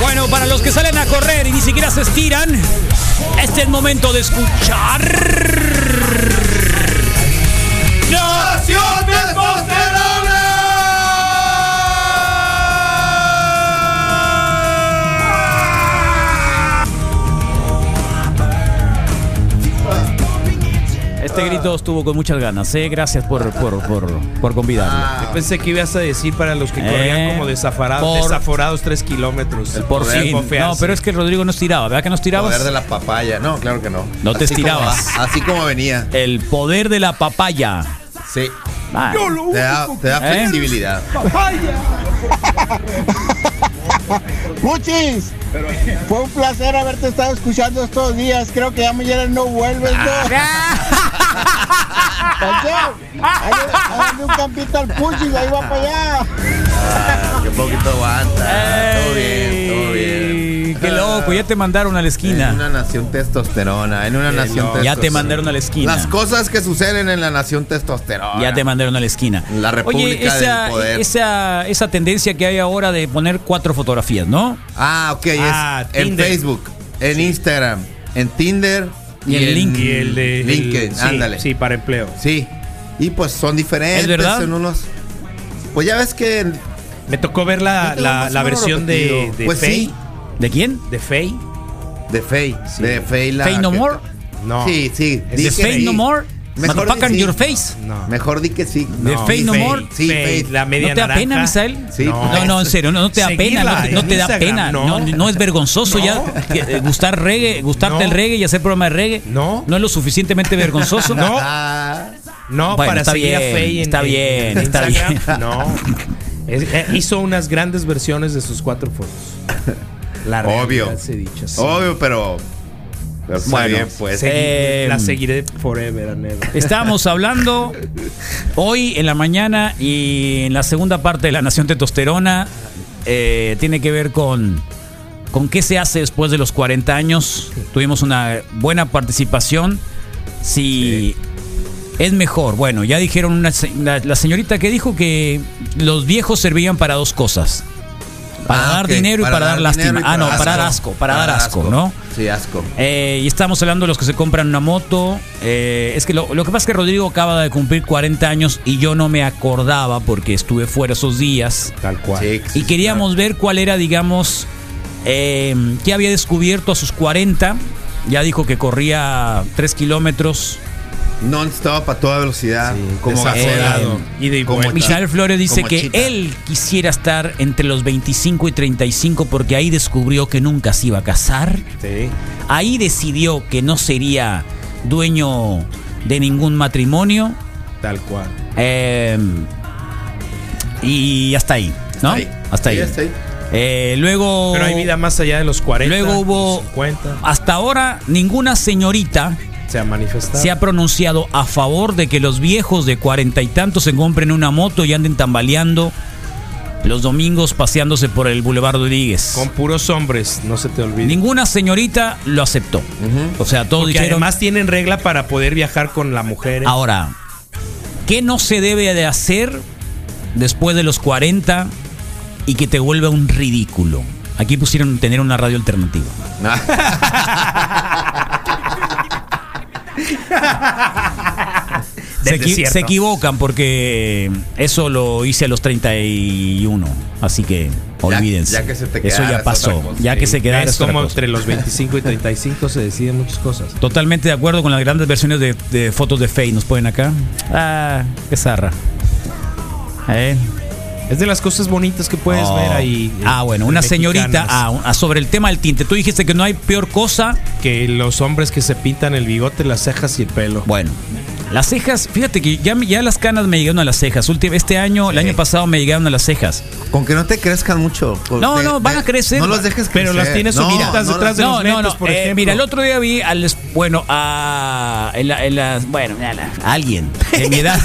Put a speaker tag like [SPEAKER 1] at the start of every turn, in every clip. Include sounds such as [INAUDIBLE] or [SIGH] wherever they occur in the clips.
[SPEAKER 1] Bueno, para los que salen a correr y ni siquiera se estiran, este es el momento de escuchar.
[SPEAKER 2] ¡Nación
[SPEAKER 1] Este grito estuvo con muchas ganas, ¿eh? Gracias por, por, por, por
[SPEAKER 3] Ah,
[SPEAKER 1] convidarme.
[SPEAKER 2] Pensé que ibas a decir para los que
[SPEAKER 1] Eh,
[SPEAKER 2] corrían como desafarados,
[SPEAKER 1] por-
[SPEAKER 2] desaforados 3 kilómetros.
[SPEAKER 1] El por
[SPEAKER 2] Poder
[SPEAKER 1] fin. No,
[SPEAKER 2] bofearse.
[SPEAKER 1] pero es que Rodrigo no estiraba, ¿verdad que no estirabas?
[SPEAKER 3] Poder de la papaya. No, claro que no.
[SPEAKER 1] No te
[SPEAKER 3] Así como
[SPEAKER 1] estirabas.
[SPEAKER 3] va, así como venía.
[SPEAKER 1] El poder de la papaya.
[SPEAKER 3] Sí.
[SPEAKER 1] Ah,
[SPEAKER 3] Te da, te da
[SPEAKER 1] ¿Eh?
[SPEAKER 3] flexibilidad.
[SPEAKER 4] Puchis, fue un placer haberte estado escuchando estos días. Creo que ya mañana no vuelves, ¿no? [LAUGHS] Pancheo, ahí- ahí dale un campito al Puchis, ahí va para allá.
[SPEAKER 3] Ah, qué poquito aguanta. Todo bien, todo
[SPEAKER 1] ey,
[SPEAKER 3] bien.
[SPEAKER 1] Qué loco, ya te mandaron a la
[SPEAKER 3] En
[SPEAKER 1] esquina.
[SPEAKER 3] una nación testosterona, en una nación
[SPEAKER 2] loco.
[SPEAKER 1] Ya
[SPEAKER 3] testosterona.
[SPEAKER 1] te mandaron a la esquina.
[SPEAKER 3] Las cosas que suceden en la nación testosterona.
[SPEAKER 1] Ya te mandaron a la esquina.
[SPEAKER 3] La
[SPEAKER 1] Oye,
[SPEAKER 3] república
[SPEAKER 1] esa,
[SPEAKER 3] del poder.
[SPEAKER 1] Esa, esa tendencia que hay ahora de poner cuatro fotografías, ¿no?
[SPEAKER 3] Ah, ok, es
[SPEAKER 2] Ah,
[SPEAKER 3] en
[SPEAKER 2] Tinder.
[SPEAKER 3] Facebook, en Instagram, en Tinder
[SPEAKER 1] Y en LinkedIn.
[SPEAKER 2] Y el de. el-
[SPEAKER 3] LinkedIn,
[SPEAKER 2] sí,
[SPEAKER 3] ándale.
[SPEAKER 2] Sí, para empleo.
[SPEAKER 3] Sí. Y pues son diferentes.
[SPEAKER 1] ¿Es verdad?
[SPEAKER 3] Son unos. Pues ya ves que. en-
[SPEAKER 2] Me tocó ver la,
[SPEAKER 3] No te
[SPEAKER 2] la-
[SPEAKER 3] vamos
[SPEAKER 2] la
[SPEAKER 3] a
[SPEAKER 2] versión de,
[SPEAKER 3] repetido.
[SPEAKER 2] de
[SPEAKER 3] Pues
[SPEAKER 2] Fey.
[SPEAKER 3] sí.
[SPEAKER 1] ¿De quién?
[SPEAKER 2] ¿De Fey?
[SPEAKER 3] De Fey. De Fey la.
[SPEAKER 1] ¿Fey No
[SPEAKER 3] que-
[SPEAKER 1] More?
[SPEAKER 2] No.
[SPEAKER 3] Sí, sí.
[SPEAKER 2] Es
[SPEAKER 3] di
[SPEAKER 1] ¿De
[SPEAKER 2] de
[SPEAKER 3] que
[SPEAKER 1] Fake
[SPEAKER 3] sí.
[SPEAKER 1] No More?
[SPEAKER 3] Mejor
[SPEAKER 1] ¿Motherfucker in
[SPEAKER 3] sí.
[SPEAKER 1] your face?
[SPEAKER 2] No.
[SPEAKER 3] Mejor di que sí.
[SPEAKER 1] ¿De
[SPEAKER 2] No,
[SPEAKER 1] Fey No
[SPEAKER 3] Fey,
[SPEAKER 1] More?
[SPEAKER 3] Sí,
[SPEAKER 2] Fey,
[SPEAKER 3] Fey.
[SPEAKER 2] la media
[SPEAKER 1] ¿No te da
[SPEAKER 2] naranja.
[SPEAKER 1] pena, Misael?
[SPEAKER 3] Sí,
[SPEAKER 2] No.
[SPEAKER 1] No, no, en serio, no, no te da
[SPEAKER 2] Seguirla
[SPEAKER 1] pena, no te, no
[SPEAKER 2] en
[SPEAKER 1] te da
[SPEAKER 2] Instagram,
[SPEAKER 1] pena, no.
[SPEAKER 2] no.
[SPEAKER 1] No, es vergonzoso
[SPEAKER 2] No.
[SPEAKER 1] ya que, eh, gustar reggae, gustarte
[SPEAKER 2] No.
[SPEAKER 1] el reggae y hacer programa de reggae.
[SPEAKER 2] No.
[SPEAKER 1] No es lo suficientemente vergonzoso.
[SPEAKER 2] [LAUGHS] No.
[SPEAKER 3] Ah,
[SPEAKER 2] No,
[SPEAKER 1] Bueno,
[SPEAKER 2] para
[SPEAKER 1] está
[SPEAKER 2] seguir a
[SPEAKER 1] bien,
[SPEAKER 2] Fey en-
[SPEAKER 1] está
[SPEAKER 2] en-
[SPEAKER 1] bien,
[SPEAKER 2] en
[SPEAKER 1] está
[SPEAKER 2] Instagram.
[SPEAKER 1] bien.
[SPEAKER 2] No. Es- eh, hizo unas grandes versiones de sus cuatro fotos. La
[SPEAKER 3] Obvio.
[SPEAKER 2] realidad se dicha sea.
[SPEAKER 3] obvio, pero. pero está
[SPEAKER 1] Bueno,
[SPEAKER 3] bien, pues.
[SPEAKER 2] Seguir-
[SPEAKER 1] Eh,
[SPEAKER 2] la seguiré forever and ever.
[SPEAKER 1] Estábamos hablando hoy en la mañana y en la segunda parte de la Nación Tetosterona eh, tiene que ver con con qué se hace después de los 40 años. Tuvimos una buena participación. Si es mejor, bueno, ya dijeron una se- la, la señorita que dijo que los viejos servían para dos cosas. Para
[SPEAKER 3] Ah,
[SPEAKER 1] dar
[SPEAKER 3] ok,
[SPEAKER 1] dinero y para, dar
[SPEAKER 3] dinero
[SPEAKER 1] lástima.
[SPEAKER 3] y
[SPEAKER 1] Ah, no, para dar asco, para, dar asco, ¿no?
[SPEAKER 3] Sí, asco.
[SPEAKER 1] Eh, y estamos hablando de los que se compran una moto. Eh, es que lo, lo que pasa es que Rodrigo acaba de cumplir 40 años y yo no me acordaba porque estuve fuera esos días.
[SPEAKER 2] Tal cual.
[SPEAKER 3] Sí, sí,
[SPEAKER 1] Y queríamos ver cuál era, digamos, eh, qué había descubierto a sus 40. Ya dijo que corría 3 kilómetros.
[SPEAKER 3] claro. Non-stop a toda velocidad.
[SPEAKER 2] Sí,
[SPEAKER 3] como
[SPEAKER 2] desaforado.
[SPEAKER 3] gasolado.
[SPEAKER 2] Ida y
[SPEAKER 3] Como
[SPEAKER 2] vuelta.
[SPEAKER 3] chita,
[SPEAKER 1] Michael Flores dice
[SPEAKER 3] como
[SPEAKER 1] que
[SPEAKER 3] chita.
[SPEAKER 1] él quisiera estar entre los 25 y 35 porque ahí descubrió que nunca se iba a casar.
[SPEAKER 2] Sí.
[SPEAKER 1] Ahí decidió que no sería dueño de ningún matrimonio.
[SPEAKER 2] Tal cual.
[SPEAKER 1] eh, y hasta ahí, ¿no?
[SPEAKER 3] ahí.
[SPEAKER 1] Hasta ahí.
[SPEAKER 3] Sí, hasta ahí.
[SPEAKER 1] Eh, luego.
[SPEAKER 2] Pero hay vida más allá de los 40.
[SPEAKER 1] Luego hubo.
[SPEAKER 2] los 50.
[SPEAKER 1] Hasta ahora, ninguna señorita
[SPEAKER 2] Se ha manifestado.
[SPEAKER 1] se ha pronunciado a favor de que los viejos de cuarenta y tantos se compren una moto y anden tambaleando los domingos paseándose por el Boulevard Rodríguez.
[SPEAKER 2] Con puros hombres, no se te olvide.
[SPEAKER 1] Ninguna señorita lo aceptó. O sea, todos
[SPEAKER 2] Porque
[SPEAKER 1] dijeron.
[SPEAKER 2] además tienen regla para poder viajar con la mujer. ¿eh?
[SPEAKER 1] Ahora, ¿qué no se debe de hacer después de los 40 y que te vuelva un ridículo? Aquí pusieron tener una radio alternativa. Se,
[SPEAKER 2] Del
[SPEAKER 1] equi-
[SPEAKER 2] desierto.
[SPEAKER 1] se equivocan porque eso lo hice a los 31. Así que olvídense.
[SPEAKER 3] ya que se te
[SPEAKER 1] eso
[SPEAKER 3] quedara
[SPEAKER 1] ya
[SPEAKER 3] es
[SPEAKER 1] pasó.
[SPEAKER 3] otra cosa.
[SPEAKER 1] Ya que
[SPEAKER 2] Sí.
[SPEAKER 1] se quedara
[SPEAKER 2] Es
[SPEAKER 1] es otra
[SPEAKER 2] como
[SPEAKER 1] cosa.
[SPEAKER 2] entre los 25 y 35 se deciden muchas cosas.
[SPEAKER 1] Totalmente de acuerdo con las grandes versiones de, de fotos de Faye. Nos ponen acá. Ah, qué zarra. Eh,
[SPEAKER 2] Es de las cosas bonitas que puedes
[SPEAKER 1] oh.
[SPEAKER 2] ver ahí. eh,
[SPEAKER 1] Ah, bueno, una
[SPEAKER 2] mexicanas,
[SPEAKER 1] señorita. ah, un- ah, sobre el tema del tinte. Tú dijiste que no hay peor cosa
[SPEAKER 2] Que los hombres que se pintan el bigote, las cejas y el pelo.
[SPEAKER 1] Bueno, las cejas, fíjate que ya, me- ya las canas me llegaron a las cejas. Últim- este año, el año pasado me llegaron a las cejas.
[SPEAKER 3] Con que no te crezcan mucho. Con-
[SPEAKER 1] No,
[SPEAKER 3] de-
[SPEAKER 1] no, van
[SPEAKER 3] de-
[SPEAKER 1] a crecer.
[SPEAKER 3] No los dejes crecer.
[SPEAKER 2] Pero las tienes
[SPEAKER 3] No, no
[SPEAKER 2] subidas detrás
[SPEAKER 3] las-
[SPEAKER 2] de los netos, por
[SPEAKER 1] eh,
[SPEAKER 2] ejemplo.
[SPEAKER 1] mira, el otro día vi al. es- Bueno, a. en la- en las- bueno, a la- a alguien de mi edad.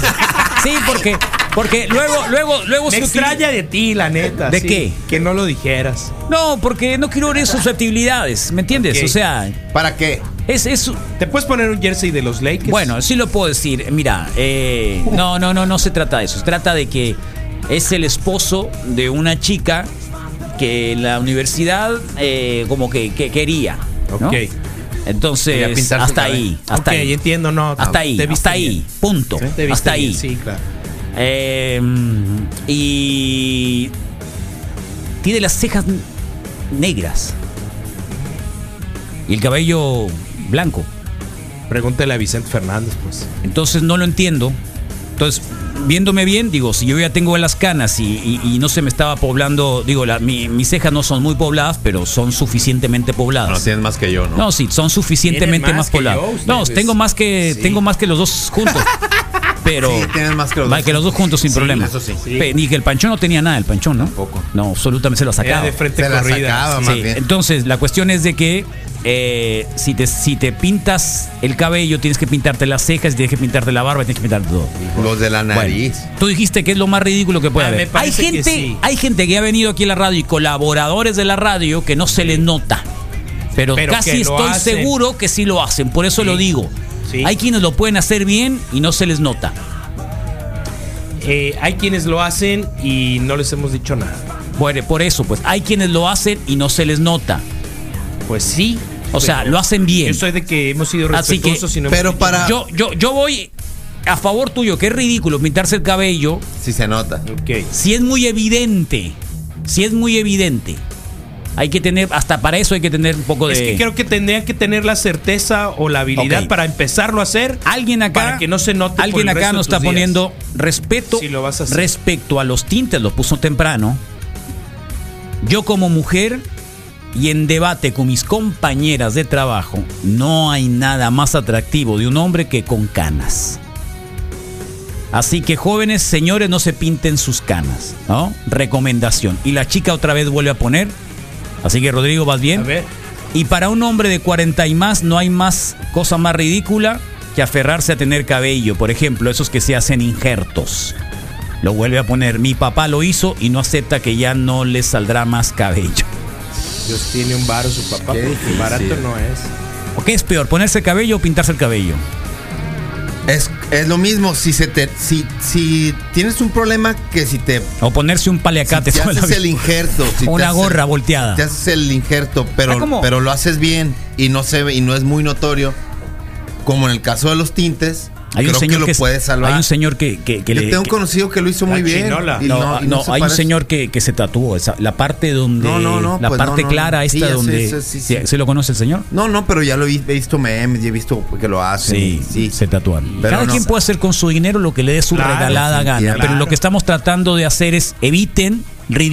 [SPEAKER 1] Sí, porque, porque luego, luego, luego
[SPEAKER 2] Me
[SPEAKER 1] se utiliza-
[SPEAKER 2] extraña de ti, la neta.
[SPEAKER 1] ¿De
[SPEAKER 2] sí,
[SPEAKER 1] qué?
[SPEAKER 2] Que no lo dijeras.
[SPEAKER 1] No, porque no quiero
[SPEAKER 2] [LAUGHS]
[SPEAKER 1] ver susceptibilidades, ¿me entiendes?
[SPEAKER 2] Ok.
[SPEAKER 1] O sea,
[SPEAKER 3] ¿Para qué?
[SPEAKER 1] es, es,
[SPEAKER 2] ¿Te puedes poner un jersey de los Lakers?
[SPEAKER 1] Bueno, sí lo puedo decir. Mira, eh, no, no, no, no se trata de eso. Se trata de que es el esposo de una chica que la universidad eh, como que, que quería. ¿no?
[SPEAKER 2] Ok.
[SPEAKER 3] Quería
[SPEAKER 1] Entonces,
[SPEAKER 3] pintarse
[SPEAKER 1] Este hasta
[SPEAKER 3] el cabello.
[SPEAKER 1] ahí, hasta
[SPEAKER 2] ok,
[SPEAKER 1] ahí.
[SPEAKER 2] entiendo, no.
[SPEAKER 1] Hasta ahí,
[SPEAKER 2] te viste
[SPEAKER 1] hasta ahí,
[SPEAKER 2] bien.
[SPEAKER 1] punto.
[SPEAKER 2] Sí, te viste
[SPEAKER 1] hasta
[SPEAKER 2] bien,
[SPEAKER 1] ahí.
[SPEAKER 2] Sí, claro.
[SPEAKER 1] Eh, y tiene las cejas n- negras y el cabello blanco.
[SPEAKER 2] Pregúntale a Vicente Fernández, pues.
[SPEAKER 1] Entonces no lo entiendo. Entonces, viéndome bien, digo, si yo ya tengo las canas y, y- y no se me estaba poblando, digo, la- mi- mis cejas no son muy pobladas, pero son suficientemente
[SPEAKER 3] No,
[SPEAKER 1] pobladas.
[SPEAKER 3] tienes más que yo, ¿no?
[SPEAKER 1] No, sí, son suficientemente
[SPEAKER 2] Tienen
[SPEAKER 1] más,
[SPEAKER 2] más que
[SPEAKER 1] pobladas.
[SPEAKER 2] yo,
[SPEAKER 1] no,
[SPEAKER 2] ustedes.
[SPEAKER 1] tengo más que
[SPEAKER 2] Sí.
[SPEAKER 1] tengo más que los dos juntos. Pero
[SPEAKER 3] Sí, tienes más que los
[SPEAKER 1] Vale,
[SPEAKER 3] dos
[SPEAKER 1] que los dos juntos sin
[SPEAKER 3] Sí,
[SPEAKER 1] problema.
[SPEAKER 3] eso sí.
[SPEAKER 1] Pe- Ni que el panchón no tenía nada, el panchón, ¿no?
[SPEAKER 3] Tampoco.
[SPEAKER 1] No, absolutamente se lo
[SPEAKER 2] Era
[SPEAKER 1] sacaba.
[SPEAKER 2] de frente
[SPEAKER 3] Se la
[SPEAKER 2] corrida.
[SPEAKER 3] sacaba,
[SPEAKER 2] Sí.
[SPEAKER 3] más
[SPEAKER 1] Sí,
[SPEAKER 3] bien.
[SPEAKER 1] entonces la cuestión es de que eh, si, te, si te pintas el cabello, tienes que pintarte las cejas, tienes que pintarte la barba, tienes que pintarte todo.
[SPEAKER 3] Los de la nariz.
[SPEAKER 1] Bueno, tú dijiste que es lo más ridículo que puede
[SPEAKER 2] Ah, me
[SPEAKER 1] haber. Hay
[SPEAKER 2] parece que
[SPEAKER 1] gente,
[SPEAKER 2] sí.
[SPEAKER 1] hay gente que ha venido aquí a la radio y colaboradores de la radio que no se les nota. Pero,
[SPEAKER 2] Pero
[SPEAKER 1] casi
[SPEAKER 2] que lo
[SPEAKER 1] estoy
[SPEAKER 2] hacen.
[SPEAKER 1] seguro que sí lo hacen, por eso
[SPEAKER 2] Sí.
[SPEAKER 1] lo digo.
[SPEAKER 2] Sí.
[SPEAKER 1] Hay quienes lo pueden hacer bien y no se les nota.
[SPEAKER 2] Eh, hay quienes lo hacen y no les hemos dicho nada.
[SPEAKER 1] Bueno, por eso, pues hay quienes lo hacen y no se les nota.
[SPEAKER 2] Pues sí.
[SPEAKER 1] O sea, lo hacen bien.
[SPEAKER 2] Yo soy de que hemos sido
[SPEAKER 1] Así que-
[SPEAKER 2] respetuosos y no hemos
[SPEAKER 3] Pero
[SPEAKER 2] dicho
[SPEAKER 3] para.
[SPEAKER 1] Yo, yo, yo voy a favor tuyo, que es ridículo pintarse el cabello
[SPEAKER 3] Si se nota.
[SPEAKER 2] nada. Ok.
[SPEAKER 1] si es muy evidente. Si es muy evidente. Hay que tener, hasta para eso hay que tener un poco de.
[SPEAKER 2] Es que creo que tendrían que tener la certeza o la habilidad
[SPEAKER 1] Ok. Ah,
[SPEAKER 2] para empezarlo a hacer.
[SPEAKER 1] Alguien acá,
[SPEAKER 2] Para que no se note por
[SPEAKER 1] alguien
[SPEAKER 2] el
[SPEAKER 1] acá
[SPEAKER 2] resto de
[SPEAKER 1] nos
[SPEAKER 2] tus
[SPEAKER 1] está
[SPEAKER 2] días.
[SPEAKER 1] poniendo respeto
[SPEAKER 2] Si lo vas a hacer.
[SPEAKER 1] respecto a los tintes, lo puso temprano. Yo como mujer y en debate con mis compañeras de trabajo, no hay nada más atractivo de un hombre que con canas. Así que jóvenes, señores, no se pinten sus canas, ¿no? Recomendación. Y la chica otra vez vuelve a poner. Así que Rodrigo, ¿vas bien?
[SPEAKER 2] A ver.
[SPEAKER 1] Y para un hombre de 40 y más no hay más cosa más ridícula que aferrarse a tener cabello. Por ejemplo, esos que se hacen injertos. Lo vuelve a poner, mi papá lo hizo y no acepta que ya no le saldrá más cabello.
[SPEAKER 2] Dios tiene un varo su papá.
[SPEAKER 3] Qué difícil.
[SPEAKER 2] porque Barato no es.
[SPEAKER 1] ¿O qué es peor, ponerse cabello o pintarse el cabello?
[SPEAKER 3] Es, es lo mismo. Si se te. Si, si tienes un problema que si te.
[SPEAKER 1] ¿O ponerse un
[SPEAKER 3] Si
[SPEAKER 1] paleacate?
[SPEAKER 3] te
[SPEAKER 1] toda la
[SPEAKER 3] haces
[SPEAKER 1] vida?
[SPEAKER 3] el injerto. Si te
[SPEAKER 1] Una
[SPEAKER 3] haces-
[SPEAKER 1] gorra volteada.
[SPEAKER 3] Te haces el injerto,
[SPEAKER 1] Ah,
[SPEAKER 3] pero,
[SPEAKER 1] ¿cómo?
[SPEAKER 3] pero lo haces bien y no se ve- y no es muy notorio. Como en el caso de los tintes,
[SPEAKER 1] Hay un
[SPEAKER 3] creo que
[SPEAKER 1] señor
[SPEAKER 3] lo
[SPEAKER 1] que, es-
[SPEAKER 3] puedes salvar.
[SPEAKER 1] Hay un señor que, que, que
[SPEAKER 3] Yo
[SPEAKER 1] le-
[SPEAKER 3] tengo un
[SPEAKER 1] que-
[SPEAKER 3] conocido que lo hizo muy
[SPEAKER 2] La
[SPEAKER 3] bien.
[SPEAKER 2] chinola.
[SPEAKER 3] y
[SPEAKER 1] no,
[SPEAKER 3] no- y
[SPEAKER 1] no,
[SPEAKER 3] se
[SPEAKER 1] hay un
[SPEAKER 3] parece.
[SPEAKER 1] señor que, que se tatuó, esa- la parte donde
[SPEAKER 3] No, no, no,
[SPEAKER 1] la
[SPEAKER 3] pues no,
[SPEAKER 1] parte
[SPEAKER 3] no, no.
[SPEAKER 1] clara esta
[SPEAKER 3] Sí, ya sé,
[SPEAKER 1] donde
[SPEAKER 3] sí, sí, sí.
[SPEAKER 1] lo conoce el señor.
[SPEAKER 3] No, no, pero ya lo he vi- he visto memes, y he visto que lo hacen.
[SPEAKER 1] Sí,
[SPEAKER 3] sí.
[SPEAKER 1] se tatúan.
[SPEAKER 3] Pero
[SPEAKER 1] Cada
[SPEAKER 3] no.
[SPEAKER 1] quien puede hacer con su dinero lo que le dé su
[SPEAKER 2] Claro,
[SPEAKER 1] regalada
[SPEAKER 3] sí,
[SPEAKER 1] gana.
[SPEAKER 3] claro.
[SPEAKER 1] Pero lo que estamos tratando de hacer es eviten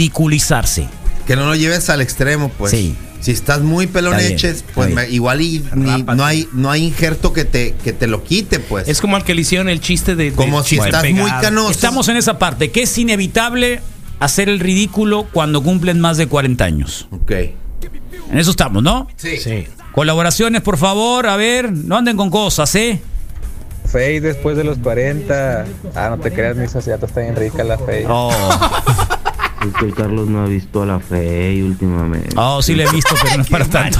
[SPEAKER 1] ridiculizarse.
[SPEAKER 3] Que no lo lleves al extremo, pues.
[SPEAKER 1] Sí.
[SPEAKER 3] Si estás muy peloneches,
[SPEAKER 1] Está bien,
[SPEAKER 3] pues
[SPEAKER 1] está
[SPEAKER 3] me-
[SPEAKER 1] bien.
[SPEAKER 3] igual y ni-
[SPEAKER 2] Rápate.
[SPEAKER 3] no hay no hay injerto que te que te lo quite, pues.
[SPEAKER 2] Es como al que le hicieron el chiste de. de
[SPEAKER 3] Como si
[SPEAKER 2] chiste
[SPEAKER 3] estás muy
[SPEAKER 2] pegado.
[SPEAKER 3] canoso.
[SPEAKER 1] Estamos en esa parte, que es inevitable hacer el ridículo cuando cumplen más de 40 años.
[SPEAKER 3] Ok.
[SPEAKER 1] En eso estamos, ¿no?
[SPEAKER 3] Sí.
[SPEAKER 2] Sí.
[SPEAKER 1] Colaboraciones, por favor, a ver, no anden con cosas, ¿eh?
[SPEAKER 5] Fey después de los 40. Ah, no te creas, mi sociedad está bien rica la Fey.
[SPEAKER 1] Oh,
[SPEAKER 6] Es que el Carlos no ha visto a la fe últimamente.
[SPEAKER 1] [LAUGHS] oh, sí le he visto,
[SPEAKER 3] [LAUGHS]
[SPEAKER 1] pero no es para tanto.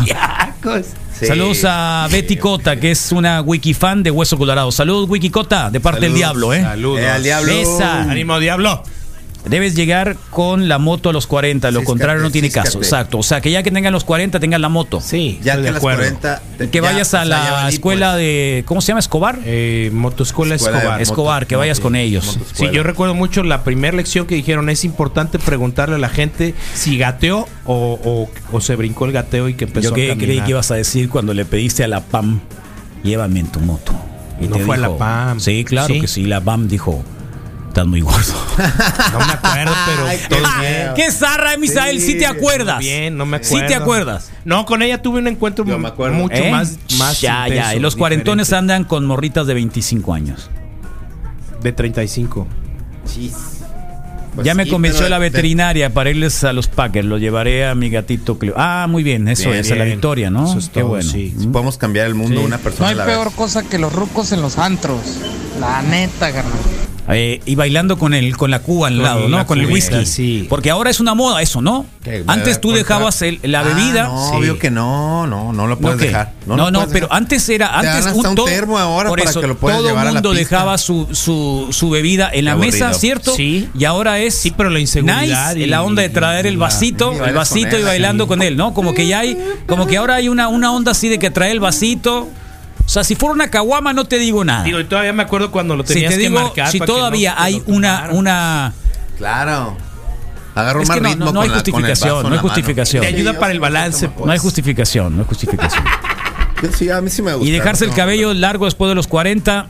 [SPEAKER 2] Pues.
[SPEAKER 3] Sí.
[SPEAKER 1] Saludos a Betty Cota, que es una wiki fan de Hueso Colorado. Saludos, Wiki Cota, de parte del
[SPEAKER 3] Saludos,
[SPEAKER 1] diablo, ¿eh?
[SPEAKER 2] Saludos.
[SPEAKER 3] Eh, al diablo.
[SPEAKER 1] Besa.
[SPEAKER 2] Ah, Ánimo, diablo.
[SPEAKER 1] Debes llegar con la moto a los 40, lo
[SPEAKER 3] Císcate,
[SPEAKER 1] contrario no tiene
[SPEAKER 3] císcate.
[SPEAKER 1] caso. Exacto. O sea, que ya que tengan los 40, tengan la moto.
[SPEAKER 2] Sí.
[SPEAKER 3] Ya
[SPEAKER 2] estoy
[SPEAKER 3] que
[SPEAKER 2] de
[SPEAKER 3] a las
[SPEAKER 2] acuerdo.
[SPEAKER 3] 40
[SPEAKER 1] Y
[SPEAKER 3] te-
[SPEAKER 1] que
[SPEAKER 3] ya,
[SPEAKER 1] vayas a
[SPEAKER 3] o sea, ya
[SPEAKER 1] la
[SPEAKER 3] valí,
[SPEAKER 1] escuela
[SPEAKER 3] pues.
[SPEAKER 1] de. ¿Cómo se llama? ¿Escobar?
[SPEAKER 2] Eh, motoscuela
[SPEAKER 3] Escuela de
[SPEAKER 2] Escobar.
[SPEAKER 3] moto-
[SPEAKER 1] Escobar, que vayas con ellos.
[SPEAKER 2] Sí,
[SPEAKER 3] motoscuela.
[SPEAKER 2] yo recuerdo mucho la primera lección que dijeron, es importante preguntarle a la gente si gateó o, o- o se brincó el gateo y que empezó
[SPEAKER 1] Yo que
[SPEAKER 2] a
[SPEAKER 1] creí
[SPEAKER 2] caminar.
[SPEAKER 1] que ibas a decir cuando le pediste a la PAM, llévame en tu moto.
[SPEAKER 2] No fue a la PAM.
[SPEAKER 1] Sí, claro
[SPEAKER 2] Sí.
[SPEAKER 1] que sí. La PAM dijo, estás muy gordo.
[SPEAKER 2] No me acuerdo,
[SPEAKER 3] Ay,
[SPEAKER 2] pero todo bien.
[SPEAKER 1] [LAUGHS] ¡Qué zarra, Misael! Sí, te acuerdas.
[SPEAKER 2] Bien, no me acuerdo.
[SPEAKER 1] Sí te acuerdas.
[SPEAKER 2] No, con ella tuve un encuentro
[SPEAKER 3] Yo me acuerdo.
[SPEAKER 2] mucho
[SPEAKER 1] ¿Eh?
[SPEAKER 2] más, más
[SPEAKER 1] ya, ya.
[SPEAKER 2] intenso,
[SPEAKER 1] Y los cuarentones
[SPEAKER 2] diferente.
[SPEAKER 1] andan con morritas de 25 años.
[SPEAKER 2] de 35.
[SPEAKER 3] Chis. Pues
[SPEAKER 1] ya me
[SPEAKER 3] sí,
[SPEAKER 1] convenció
[SPEAKER 3] pero
[SPEAKER 1] la
[SPEAKER 3] de-
[SPEAKER 1] veterinaria para irles a los Packers. Lo llevaré a mi gatito Cleo. Ah, muy bien, eso
[SPEAKER 3] Bien,
[SPEAKER 1] es, a la
[SPEAKER 2] bien.
[SPEAKER 1] victoria, ¿no?
[SPEAKER 2] Eso es
[SPEAKER 1] Qué
[SPEAKER 2] todo,
[SPEAKER 1] bueno.
[SPEAKER 2] sí.
[SPEAKER 3] de- Podemos cambiar el mundo una
[SPEAKER 7] No
[SPEAKER 3] persona
[SPEAKER 7] hay
[SPEAKER 3] a la
[SPEAKER 7] peor
[SPEAKER 3] vez.
[SPEAKER 7] cosa que los rucos en los antros. La neta, carnal.
[SPEAKER 1] A eh, y bailando con el con la cuba al
[SPEAKER 2] Con
[SPEAKER 1] lado,
[SPEAKER 2] la
[SPEAKER 1] ¿no? Con el
[SPEAKER 2] cubeta,
[SPEAKER 1] whisky.
[SPEAKER 2] sí.
[SPEAKER 1] Porque ahora es una moda eso, ¿no?
[SPEAKER 3] Que me
[SPEAKER 1] Antes
[SPEAKER 3] da
[SPEAKER 1] tú
[SPEAKER 3] cuenta.
[SPEAKER 1] dejabas el- la
[SPEAKER 3] Ah,
[SPEAKER 1] bebida.
[SPEAKER 3] no,
[SPEAKER 2] Sí.
[SPEAKER 3] obvio que no, no, no lo puedes
[SPEAKER 1] ¿qué?
[SPEAKER 3] dejar.
[SPEAKER 1] No,
[SPEAKER 3] lo
[SPEAKER 1] no,
[SPEAKER 3] puedes
[SPEAKER 1] pero
[SPEAKER 3] dejar.
[SPEAKER 1] antes era
[SPEAKER 3] Te
[SPEAKER 1] antes
[SPEAKER 3] dan hasta un termo ahora
[SPEAKER 1] por
[SPEAKER 3] para
[SPEAKER 1] eso,
[SPEAKER 3] que lo puedas
[SPEAKER 1] todo
[SPEAKER 3] llevar a la
[SPEAKER 1] mundo
[SPEAKER 3] pista.
[SPEAKER 1] dejaba su, su, su bebida en la
[SPEAKER 3] Qué
[SPEAKER 1] mesa,
[SPEAKER 3] aburrido.
[SPEAKER 1] ¿cierto?
[SPEAKER 2] Sí.
[SPEAKER 1] Y ahora es
[SPEAKER 2] Sí, pero la inseguridad
[SPEAKER 1] nice,
[SPEAKER 2] y-
[SPEAKER 1] la onda de traer el
[SPEAKER 2] y la-
[SPEAKER 1] vasito,
[SPEAKER 3] y
[SPEAKER 1] el
[SPEAKER 3] bailas
[SPEAKER 1] vasito
[SPEAKER 3] con
[SPEAKER 1] y
[SPEAKER 3] él,
[SPEAKER 1] bailando
[SPEAKER 3] sí.
[SPEAKER 1] con él, ¿no? Como que ya hay como que ahora hay una una onda así de que trae el vasito. O sea, si fuera una caguama no te digo nada.
[SPEAKER 2] Digo, y todavía me acuerdo cuando lo
[SPEAKER 1] Ah. si
[SPEAKER 2] tenías
[SPEAKER 1] te
[SPEAKER 2] que
[SPEAKER 1] digo,
[SPEAKER 2] marcar.
[SPEAKER 1] si
[SPEAKER 2] para que no
[SPEAKER 1] todavía
[SPEAKER 2] te lo
[SPEAKER 1] hay una
[SPEAKER 2] tomaran.
[SPEAKER 1] una
[SPEAKER 3] Claro. Agarro
[SPEAKER 1] Es
[SPEAKER 3] más
[SPEAKER 1] que no,
[SPEAKER 3] ritmo
[SPEAKER 1] no, no
[SPEAKER 3] con
[SPEAKER 1] hay
[SPEAKER 3] la- con el
[SPEAKER 1] justificación,
[SPEAKER 3] vaso en
[SPEAKER 1] no hay
[SPEAKER 3] la mano.
[SPEAKER 1] justificación.
[SPEAKER 2] Te ayuda para el balance.
[SPEAKER 3] Yo
[SPEAKER 1] no hay justificación, no hay
[SPEAKER 3] [LAUGHS]
[SPEAKER 1] justificación.
[SPEAKER 3] Yo sí, a mí sí me gusta.
[SPEAKER 1] Y dejarse el
[SPEAKER 3] No,
[SPEAKER 1] cabello largo después de los 40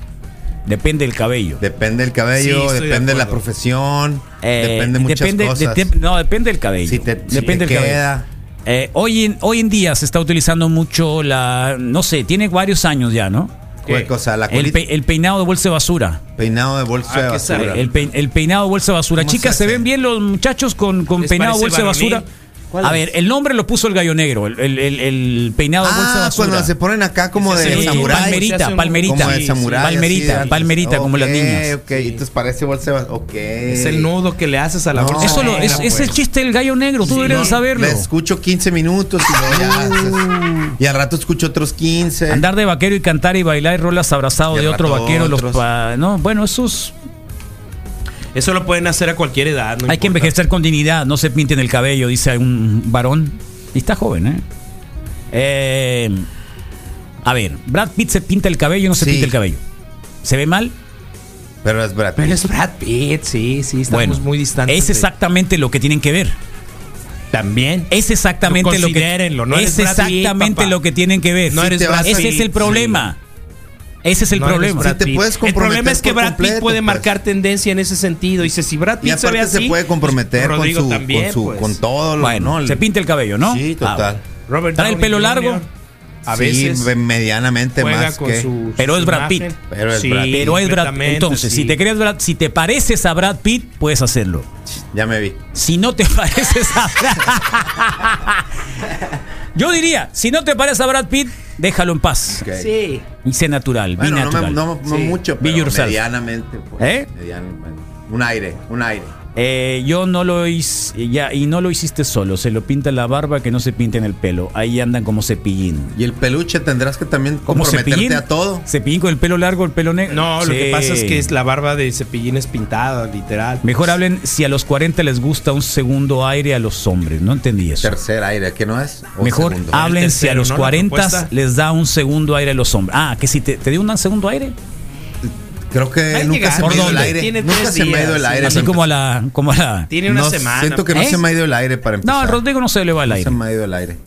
[SPEAKER 1] depende del cabello.
[SPEAKER 3] Depende del
[SPEAKER 2] Sí,
[SPEAKER 3] cabello,
[SPEAKER 2] estoy de
[SPEAKER 3] depende de la
[SPEAKER 2] acuerdo.
[SPEAKER 3] profesión,
[SPEAKER 1] Eh,
[SPEAKER 3] depende muchas cosas.
[SPEAKER 1] de- no, depende del cabello.
[SPEAKER 3] Si te- si
[SPEAKER 1] depende
[SPEAKER 3] te
[SPEAKER 1] del
[SPEAKER 3] queda.
[SPEAKER 1] cabello. Eh, hoy, en, hoy en día se está utilizando mucho la. No sé, tiene varios años ya, ¿no?
[SPEAKER 3] ¿Cuál cosa? La
[SPEAKER 1] El,
[SPEAKER 3] colita,
[SPEAKER 1] pe- el peinado de bolsa de basura.
[SPEAKER 3] peinado de bolsa
[SPEAKER 2] Ah,
[SPEAKER 3] de
[SPEAKER 2] qué
[SPEAKER 3] basura.
[SPEAKER 2] sabe.
[SPEAKER 1] El, pe- el peinado de bolsa de basura.
[SPEAKER 3] ¿Cómo
[SPEAKER 1] Chicas,
[SPEAKER 3] se
[SPEAKER 1] se,
[SPEAKER 3] hace?
[SPEAKER 1] ven bien los muchachos con, con
[SPEAKER 2] Les
[SPEAKER 1] peinado de bolsa
[SPEAKER 2] parece
[SPEAKER 1] de basura?
[SPEAKER 2] varonil.
[SPEAKER 1] A ver, el nombre lo puso el gallo negro, el, el- el- el peinado de bolsa de
[SPEAKER 3] Ah,
[SPEAKER 1] basura.
[SPEAKER 3] cuando se ponen acá como
[SPEAKER 2] Ese
[SPEAKER 3] de
[SPEAKER 2] sí,
[SPEAKER 3] samurái.
[SPEAKER 2] palmerita,
[SPEAKER 1] palmerita, palmerita.
[SPEAKER 3] Como de
[SPEAKER 2] sí,
[SPEAKER 3] samurái. así
[SPEAKER 1] palmerita,
[SPEAKER 3] de-
[SPEAKER 1] palmerita, como las
[SPEAKER 3] Ok,
[SPEAKER 1] niñas.
[SPEAKER 3] Ok, entonces parece bolsa de basura. Ok.
[SPEAKER 2] Es el nudo que le haces a la
[SPEAKER 3] No,
[SPEAKER 2] bolsa.
[SPEAKER 1] eh, Eso lo-
[SPEAKER 2] negra,
[SPEAKER 1] es, es
[SPEAKER 2] pues.
[SPEAKER 1] el chiste del gallo negro, tú deberías
[SPEAKER 3] No,
[SPEAKER 1] saberlo.
[SPEAKER 3] Le escucho 15 minutos y luego
[SPEAKER 2] Uh.
[SPEAKER 3] ya. haces- y al rato escucho otros 15.
[SPEAKER 1] Andar de vaquero y cantar y bailar y rolas abrazado
[SPEAKER 3] Y al
[SPEAKER 1] de otro
[SPEAKER 3] rato
[SPEAKER 1] vaquero. Los
[SPEAKER 3] otros.
[SPEAKER 1] pa- no, bueno, esos
[SPEAKER 2] Eso lo pueden hacer a cualquier edad. no
[SPEAKER 1] hay que
[SPEAKER 2] importa.
[SPEAKER 1] envejecer con dignidad, no se pinten el cabello, dice un varón. Y está joven, ¿eh? Eh, a ver, Brad Pitt se pinta el cabello o no se
[SPEAKER 3] Sí.
[SPEAKER 1] pinta el cabello. ¿Se ve mal?
[SPEAKER 3] Pero es verdad.
[SPEAKER 2] Pero es Brad Pitt, sí, sí, estamos muy distantes.
[SPEAKER 1] Es
[SPEAKER 2] de-
[SPEAKER 1] exactamente lo que tienen que ver.
[SPEAKER 2] También.
[SPEAKER 1] Es exactamente lo que
[SPEAKER 2] Considérenlo, no eres
[SPEAKER 1] es
[SPEAKER 2] Brad Pitt,
[SPEAKER 1] exactamente
[SPEAKER 2] papá.
[SPEAKER 1] lo que tienen que ver.
[SPEAKER 2] No
[SPEAKER 1] Sí,
[SPEAKER 2] eres
[SPEAKER 1] te
[SPEAKER 2] Brad
[SPEAKER 1] vas- Ese
[SPEAKER 2] Pitt,
[SPEAKER 1] es el problema. Ese es el
[SPEAKER 2] No eres
[SPEAKER 1] problema.
[SPEAKER 2] Brad
[SPEAKER 3] Si te
[SPEAKER 2] Pitt.
[SPEAKER 3] puedes
[SPEAKER 2] el problema
[SPEAKER 3] comprometer
[SPEAKER 2] es que
[SPEAKER 3] por
[SPEAKER 2] Brad Pitt
[SPEAKER 3] completo,
[SPEAKER 2] puede
[SPEAKER 3] pues.
[SPEAKER 2] marcar tendencia en ese sentido. Y dice, si Brad Pitt
[SPEAKER 3] Y
[SPEAKER 2] se ve
[SPEAKER 3] aparte
[SPEAKER 2] así,
[SPEAKER 3] se puede comprometer
[SPEAKER 2] pues,
[SPEAKER 3] con
[SPEAKER 2] Rodrigo
[SPEAKER 3] su,
[SPEAKER 2] también,
[SPEAKER 3] con, su
[SPEAKER 2] pues.
[SPEAKER 3] con todo lo
[SPEAKER 1] Bueno,
[SPEAKER 3] ¿no?
[SPEAKER 1] se pinta el cabello, ¿no?
[SPEAKER 3] Sí, total.
[SPEAKER 1] Ah,
[SPEAKER 2] Robert
[SPEAKER 1] Trae el
[SPEAKER 2] Downey
[SPEAKER 1] pelo
[SPEAKER 2] Jr.
[SPEAKER 1] largo.
[SPEAKER 2] Ah, A
[SPEAKER 3] Sí,
[SPEAKER 2] veces
[SPEAKER 3] me- medianamente
[SPEAKER 2] juega
[SPEAKER 3] más
[SPEAKER 2] con
[SPEAKER 3] que
[SPEAKER 2] su,
[SPEAKER 1] Pero
[SPEAKER 2] su
[SPEAKER 1] es Brad
[SPEAKER 2] imagen.
[SPEAKER 1] Pitt.
[SPEAKER 3] Pero es
[SPEAKER 2] Sí,
[SPEAKER 3] Brad Pitt.
[SPEAKER 1] Pero es Brad
[SPEAKER 2] completamente,
[SPEAKER 1] Entonces,
[SPEAKER 2] sí.
[SPEAKER 1] si te crees Brad, si te pareces a Brad Pitt, puedes hacerlo.
[SPEAKER 3] ya me vi.
[SPEAKER 1] Si no te [LAUGHS] pareces a Brad Yo diría, si no te pareces a Brad Pitt, déjalo en paz.
[SPEAKER 3] Ok.
[SPEAKER 2] Sí.
[SPEAKER 1] Y sé natural,
[SPEAKER 3] Bueno,
[SPEAKER 1] be
[SPEAKER 3] no, me-
[SPEAKER 1] natural.
[SPEAKER 3] no- no
[SPEAKER 2] Sí.
[SPEAKER 3] mucho,
[SPEAKER 1] Be
[SPEAKER 3] pero
[SPEAKER 1] yourself.
[SPEAKER 3] medianamente. Pues,
[SPEAKER 1] ¿Eh?
[SPEAKER 3] medianamente. Un aire, un aire.
[SPEAKER 1] Eh, yo no lo hice ya, y no lo hiciste solo. Se lo pinta la barba que no se pinta en el pelo. Ahí andan como cepillín.
[SPEAKER 3] Y el peluche tendrás que también
[SPEAKER 1] Como
[SPEAKER 3] comprometerte
[SPEAKER 1] cepillín.
[SPEAKER 3] a todo.
[SPEAKER 1] Cepillín con el pelo largo, el pelo negro.
[SPEAKER 2] No, lo
[SPEAKER 1] Sí.
[SPEAKER 2] que pasa es que es la barba de cepillín es pintada, literal.
[SPEAKER 1] Mejor hablen si a los 40 les gusta un segundo aire a los hombres. No entendí eso.
[SPEAKER 3] Tercer aire, ¿qué no es? O
[SPEAKER 1] Mejor
[SPEAKER 3] segundo.
[SPEAKER 1] hablen
[SPEAKER 2] Ah, El
[SPEAKER 1] si a
[SPEAKER 2] tercero,
[SPEAKER 1] los
[SPEAKER 2] ¿no? La
[SPEAKER 1] 40
[SPEAKER 2] propuesta.
[SPEAKER 1] les da un segundo aire a los hombres. Ah, que si te, te dio un segundo aire.
[SPEAKER 3] Creo que
[SPEAKER 2] Ahí
[SPEAKER 3] nunca
[SPEAKER 2] llegaste.
[SPEAKER 3] se me ha ido el
[SPEAKER 1] ¿Dónde?
[SPEAKER 3] aire.
[SPEAKER 2] Tiene
[SPEAKER 3] Nunca
[SPEAKER 2] tres
[SPEAKER 3] se me ha ido
[SPEAKER 2] días,
[SPEAKER 3] el aire.
[SPEAKER 1] Así
[SPEAKER 3] para
[SPEAKER 1] como a
[SPEAKER 3] empezar.
[SPEAKER 1] la. Como a la
[SPEAKER 2] Tiene una
[SPEAKER 3] No,
[SPEAKER 2] semana.
[SPEAKER 3] Siento que no
[SPEAKER 1] ¿Eh?
[SPEAKER 3] se me ha ido el aire para empezar.
[SPEAKER 1] no, a Rodrigo no se le va el
[SPEAKER 3] No
[SPEAKER 1] aire.
[SPEAKER 3] se me ha ido el aire.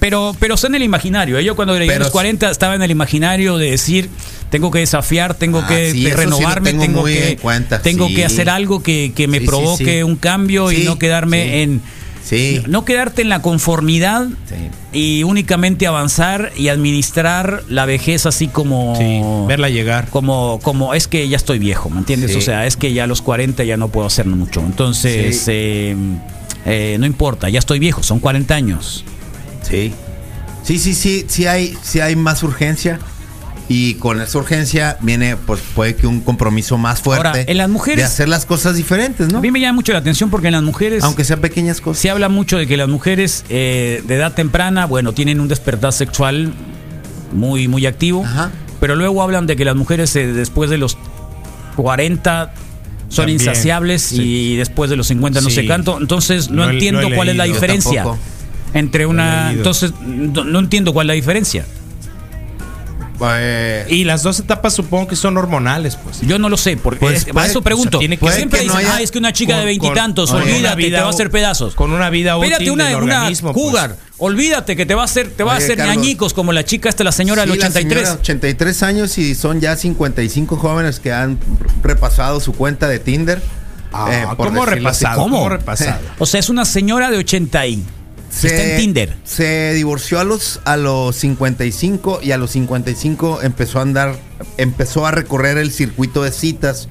[SPEAKER 1] Pero, pero está en el imaginario. Yo cuando llegué a
[SPEAKER 3] Pero
[SPEAKER 1] los
[SPEAKER 3] sí.
[SPEAKER 1] 40 estaba en el imaginario de decir, tengo que desafiar, tengo
[SPEAKER 3] Ah,
[SPEAKER 1] que
[SPEAKER 3] sí, eso sí lo
[SPEAKER 1] renovarme,
[SPEAKER 3] tengo
[SPEAKER 1] tengo,
[SPEAKER 3] muy
[SPEAKER 1] que,
[SPEAKER 3] en cuenta,
[SPEAKER 1] tengo
[SPEAKER 3] sí.
[SPEAKER 1] que hacer algo que, que me
[SPEAKER 3] Sí, sí,
[SPEAKER 1] provoque
[SPEAKER 3] sí.
[SPEAKER 1] un cambio y
[SPEAKER 3] Sí,
[SPEAKER 1] no quedarme
[SPEAKER 3] sí.
[SPEAKER 1] en...
[SPEAKER 3] Sí.
[SPEAKER 1] No quedarte en la conformidad
[SPEAKER 3] Sí.
[SPEAKER 1] y únicamente avanzar y administrar la vejez así como...
[SPEAKER 2] Sí, verla llegar.
[SPEAKER 1] Como, como es que ya estoy viejo, ¿me entiendes?
[SPEAKER 3] Sí.
[SPEAKER 1] O sea, es que ya a los 40 ya no puedo hacer mucho. Entonces,
[SPEAKER 3] Sí.
[SPEAKER 1] eh, eh, no importa, ya estoy viejo, son 40 años.
[SPEAKER 3] Sí. Sí, sí, sí, sí hay, sí hay más urgencia. Y con esa urgencia viene, pues puede que un compromiso más fuerte
[SPEAKER 1] Ahora, en las mujeres-
[SPEAKER 3] de hacer las cosas diferentes,
[SPEAKER 1] A
[SPEAKER 3] ¿no?
[SPEAKER 1] mí me llama mucho la atención porque en las mujeres...
[SPEAKER 3] Aunque sean pequeñas cosas.
[SPEAKER 1] Se habla mucho de que las mujeres eh, de edad temprana, bueno, tienen un despertar sexual muy, muy activo,
[SPEAKER 3] Ajá.
[SPEAKER 1] pero luego hablan de que las mujeres eh, después de los 40 son
[SPEAKER 2] También,
[SPEAKER 1] insaciables y después de los 50 no
[SPEAKER 2] Sí.
[SPEAKER 1] sé cuánto, entonces no,
[SPEAKER 2] No he-
[SPEAKER 1] entiendo
[SPEAKER 2] no he
[SPEAKER 1] cuál es la
[SPEAKER 2] leído. Yo
[SPEAKER 1] diferencia
[SPEAKER 3] tampoco.
[SPEAKER 1] entre una...
[SPEAKER 2] leído.
[SPEAKER 1] entonces no, no entiendo cuál es la diferencia.
[SPEAKER 3] Eh,
[SPEAKER 2] Y las dos etapas supongo que son hormonales, pues.
[SPEAKER 1] Yo no lo sé, porque
[SPEAKER 3] Pues
[SPEAKER 1] es-
[SPEAKER 3] puede-
[SPEAKER 1] para eso pregunto.
[SPEAKER 2] o sea, tiene que-
[SPEAKER 1] Porque
[SPEAKER 3] puede
[SPEAKER 1] siempre
[SPEAKER 3] que no
[SPEAKER 1] dicen,
[SPEAKER 3] haya-
[SPEAKER 1] "Ah, es que una chica de
[SPEAKER 2] con-
[SPEAKER 1] veintitantos,
[SPEAKER 2] con- con una
[SPEAKER 1] olvídate,
[SPEAKER 2] vida
[SPEAKER 1] te va a hacer
[SPEAKER 2] o-
[SPEAKER 1] pedazos.
[SPEAKER 2] Con una vida útil
[SPEAKER 1] Espérate, una,
[SPEAKER 2] del
[SPEAKER 1] una
[SPEAKER 2] organismo, pues.
[SPEAKER 1] cougar. Olvídate que te va a hacer, te va
[SPEAKER 3] Oye,
[SPEAKER 1] a hacer
[SPEAKER 3] Carlos.
[SPEAKER 1] ñañicos como la chica esta, la señora
[SPEAKER 3] sí,
[SPEAKER 1] del
[SPEAKER 3] la
[SPEAKER 1] 83.
[SPEAKER 3] señora, 83 años y son ya 55 jóvenes que han repasado su cuenta de Tinder. eh,
[SPEAKER 2] Ah,
[SPEAKER 3] por
[SPEAKER 2] ¿cómo
[SPEAKER 3] decirlo así.
[SPEAKER 2] repasado? ¿Cómo repasado?
[SPEAKER 1] O sea, es una señora de 80 y está en Tinder.
[SPEAKER 3] Se divorció a los a los 55 y a los 55 empezó a andar, empezó a recorrer el circuito de citas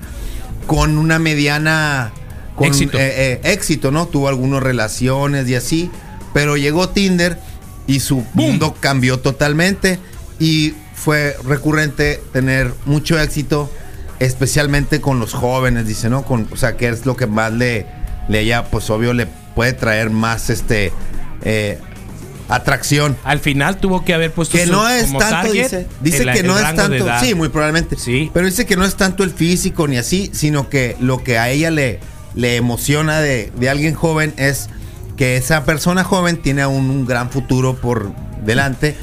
[SPEAKER 3] con una mediana con,
[SPEAKER 2] Éxito.
[SPEAKER 3] eh, eh, éxito, ¿no? Tuvo algunas relaciones y así, pero llegó Tinder y su mundo cambió totalmente y fue recurrente tener mucho éxito especialmente con los jóvenes, dice, ¿no? Con, o sea, que es lo que más le, le haya, pues obvio, le puede traer más este eh, atracción.
[SPEAKER 2] Al final tuvo que haber puesto
[SPEAKER 3] Que
[SPEAKER 2] su-
[SPEAKER 3] no es
[SPEAKER 2] como
[SPEAKER 3] tanto,
[SPEAKER 2] target
[SPEAKER 3] dice. Dice
[SPEAKER 2] el-
[SPEAKER 3] que
[SPEAKER 2] el
[SPEAKER 3] no es
[SPEAKER 2] rango de
[SPEAKER 3] tanto.
[SPEAKER 2] edad.
[SPEAKER 3] Sí, muy probablemente.
[SPEAKER 2] Sí.
[SPEAKER 3] Pero dice que no es tanto el físico ni así, sino que lo que a ella le, le emociona de, de alguien joven es que esa persona joven tiene aún un gran futuro por delante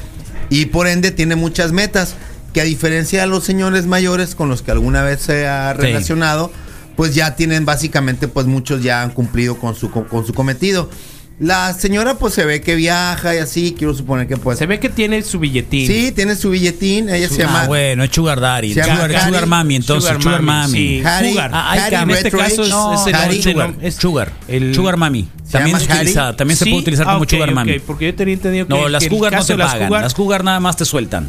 [SPEAKER 3] y por ende tiene muchas metas. Que a diferencia de los señores mayores con los que alguna vez se ha
[SPEAKER 1] Sí.
[SPEAKER 3] relacionado, pues ya tienen básicamente, pues muchos ya han cumplido con su, co- con su cometido. La señora pues se ve que viaja y así, quiero suponer que pues...
[SPEAKER 2] Se ve que tiene su billetín.
[SPEAKER 3] Sí, tiene su billetín. Ella se llama.
[SPEAKER 1] Ah, bueno, es Sugar Daddy.
[SPEAKER 3] Se llama
[SPEAKER 1] Sugar,
[SPEAKER 3] Daddy.
[SPEAKER 1] Sugar Mami, entonces. Sugar, Mami.
[SPEAKER 2] sí.
[SPEAKER 3] Harry-
[SPEAKER 2] Sugar.
[SPEAKER 1] Ah, ahí
[SPEAKER 3] Harry
[SPEAKER 1] está.
[SPEAKER 2] en este
[SPEAKER 3] Redridge.
[SPEAKER 2] caso es, es el
[SPEAKER 3] Harry-
[SPEAKER 2] nombre,
[SPEAKER 1] Sugar,
[SPEAKER 2] es-
[SPEAKER 1] Sugar,
[SPEAKER 2] el-
[SPEAKER 1] Sugar Mami.
[SPEAKER 3] Se
[SPEAKER 1] También,
[SPEAKER 3] llama
[SPEAKER 1] se,
[SPEAKER 3] Harry.
[SPEAKER 1] utiliza- también se
[SPEAKER 2] Sí,
[SPEAKER 1] puede utilizar
[SPEAKER 2] ah,
[SPEAKER 1] como
[SPEAKER 2] ok,
[SPEAKER 1] Sugar
[SPEAKER 2] ok,
[SPEAKER 1] Mami.
[SPEAKER 2] porque yo tenía entendido que
[SPEAKER 1] No,
[SPEAKER 2] que
[SPEAKER 1] las
[SPEAKER 2] el
[SPEAKER 1] Sugar no
[SPEAKER 2] caso
[SPEAKER 1] te
[SPEAKER 2] de las
[SPEAKER 1] pagan.
[SPEAKER 2] Cougar-
[SPEAKER 1] Las Cougar nada más te sueltan.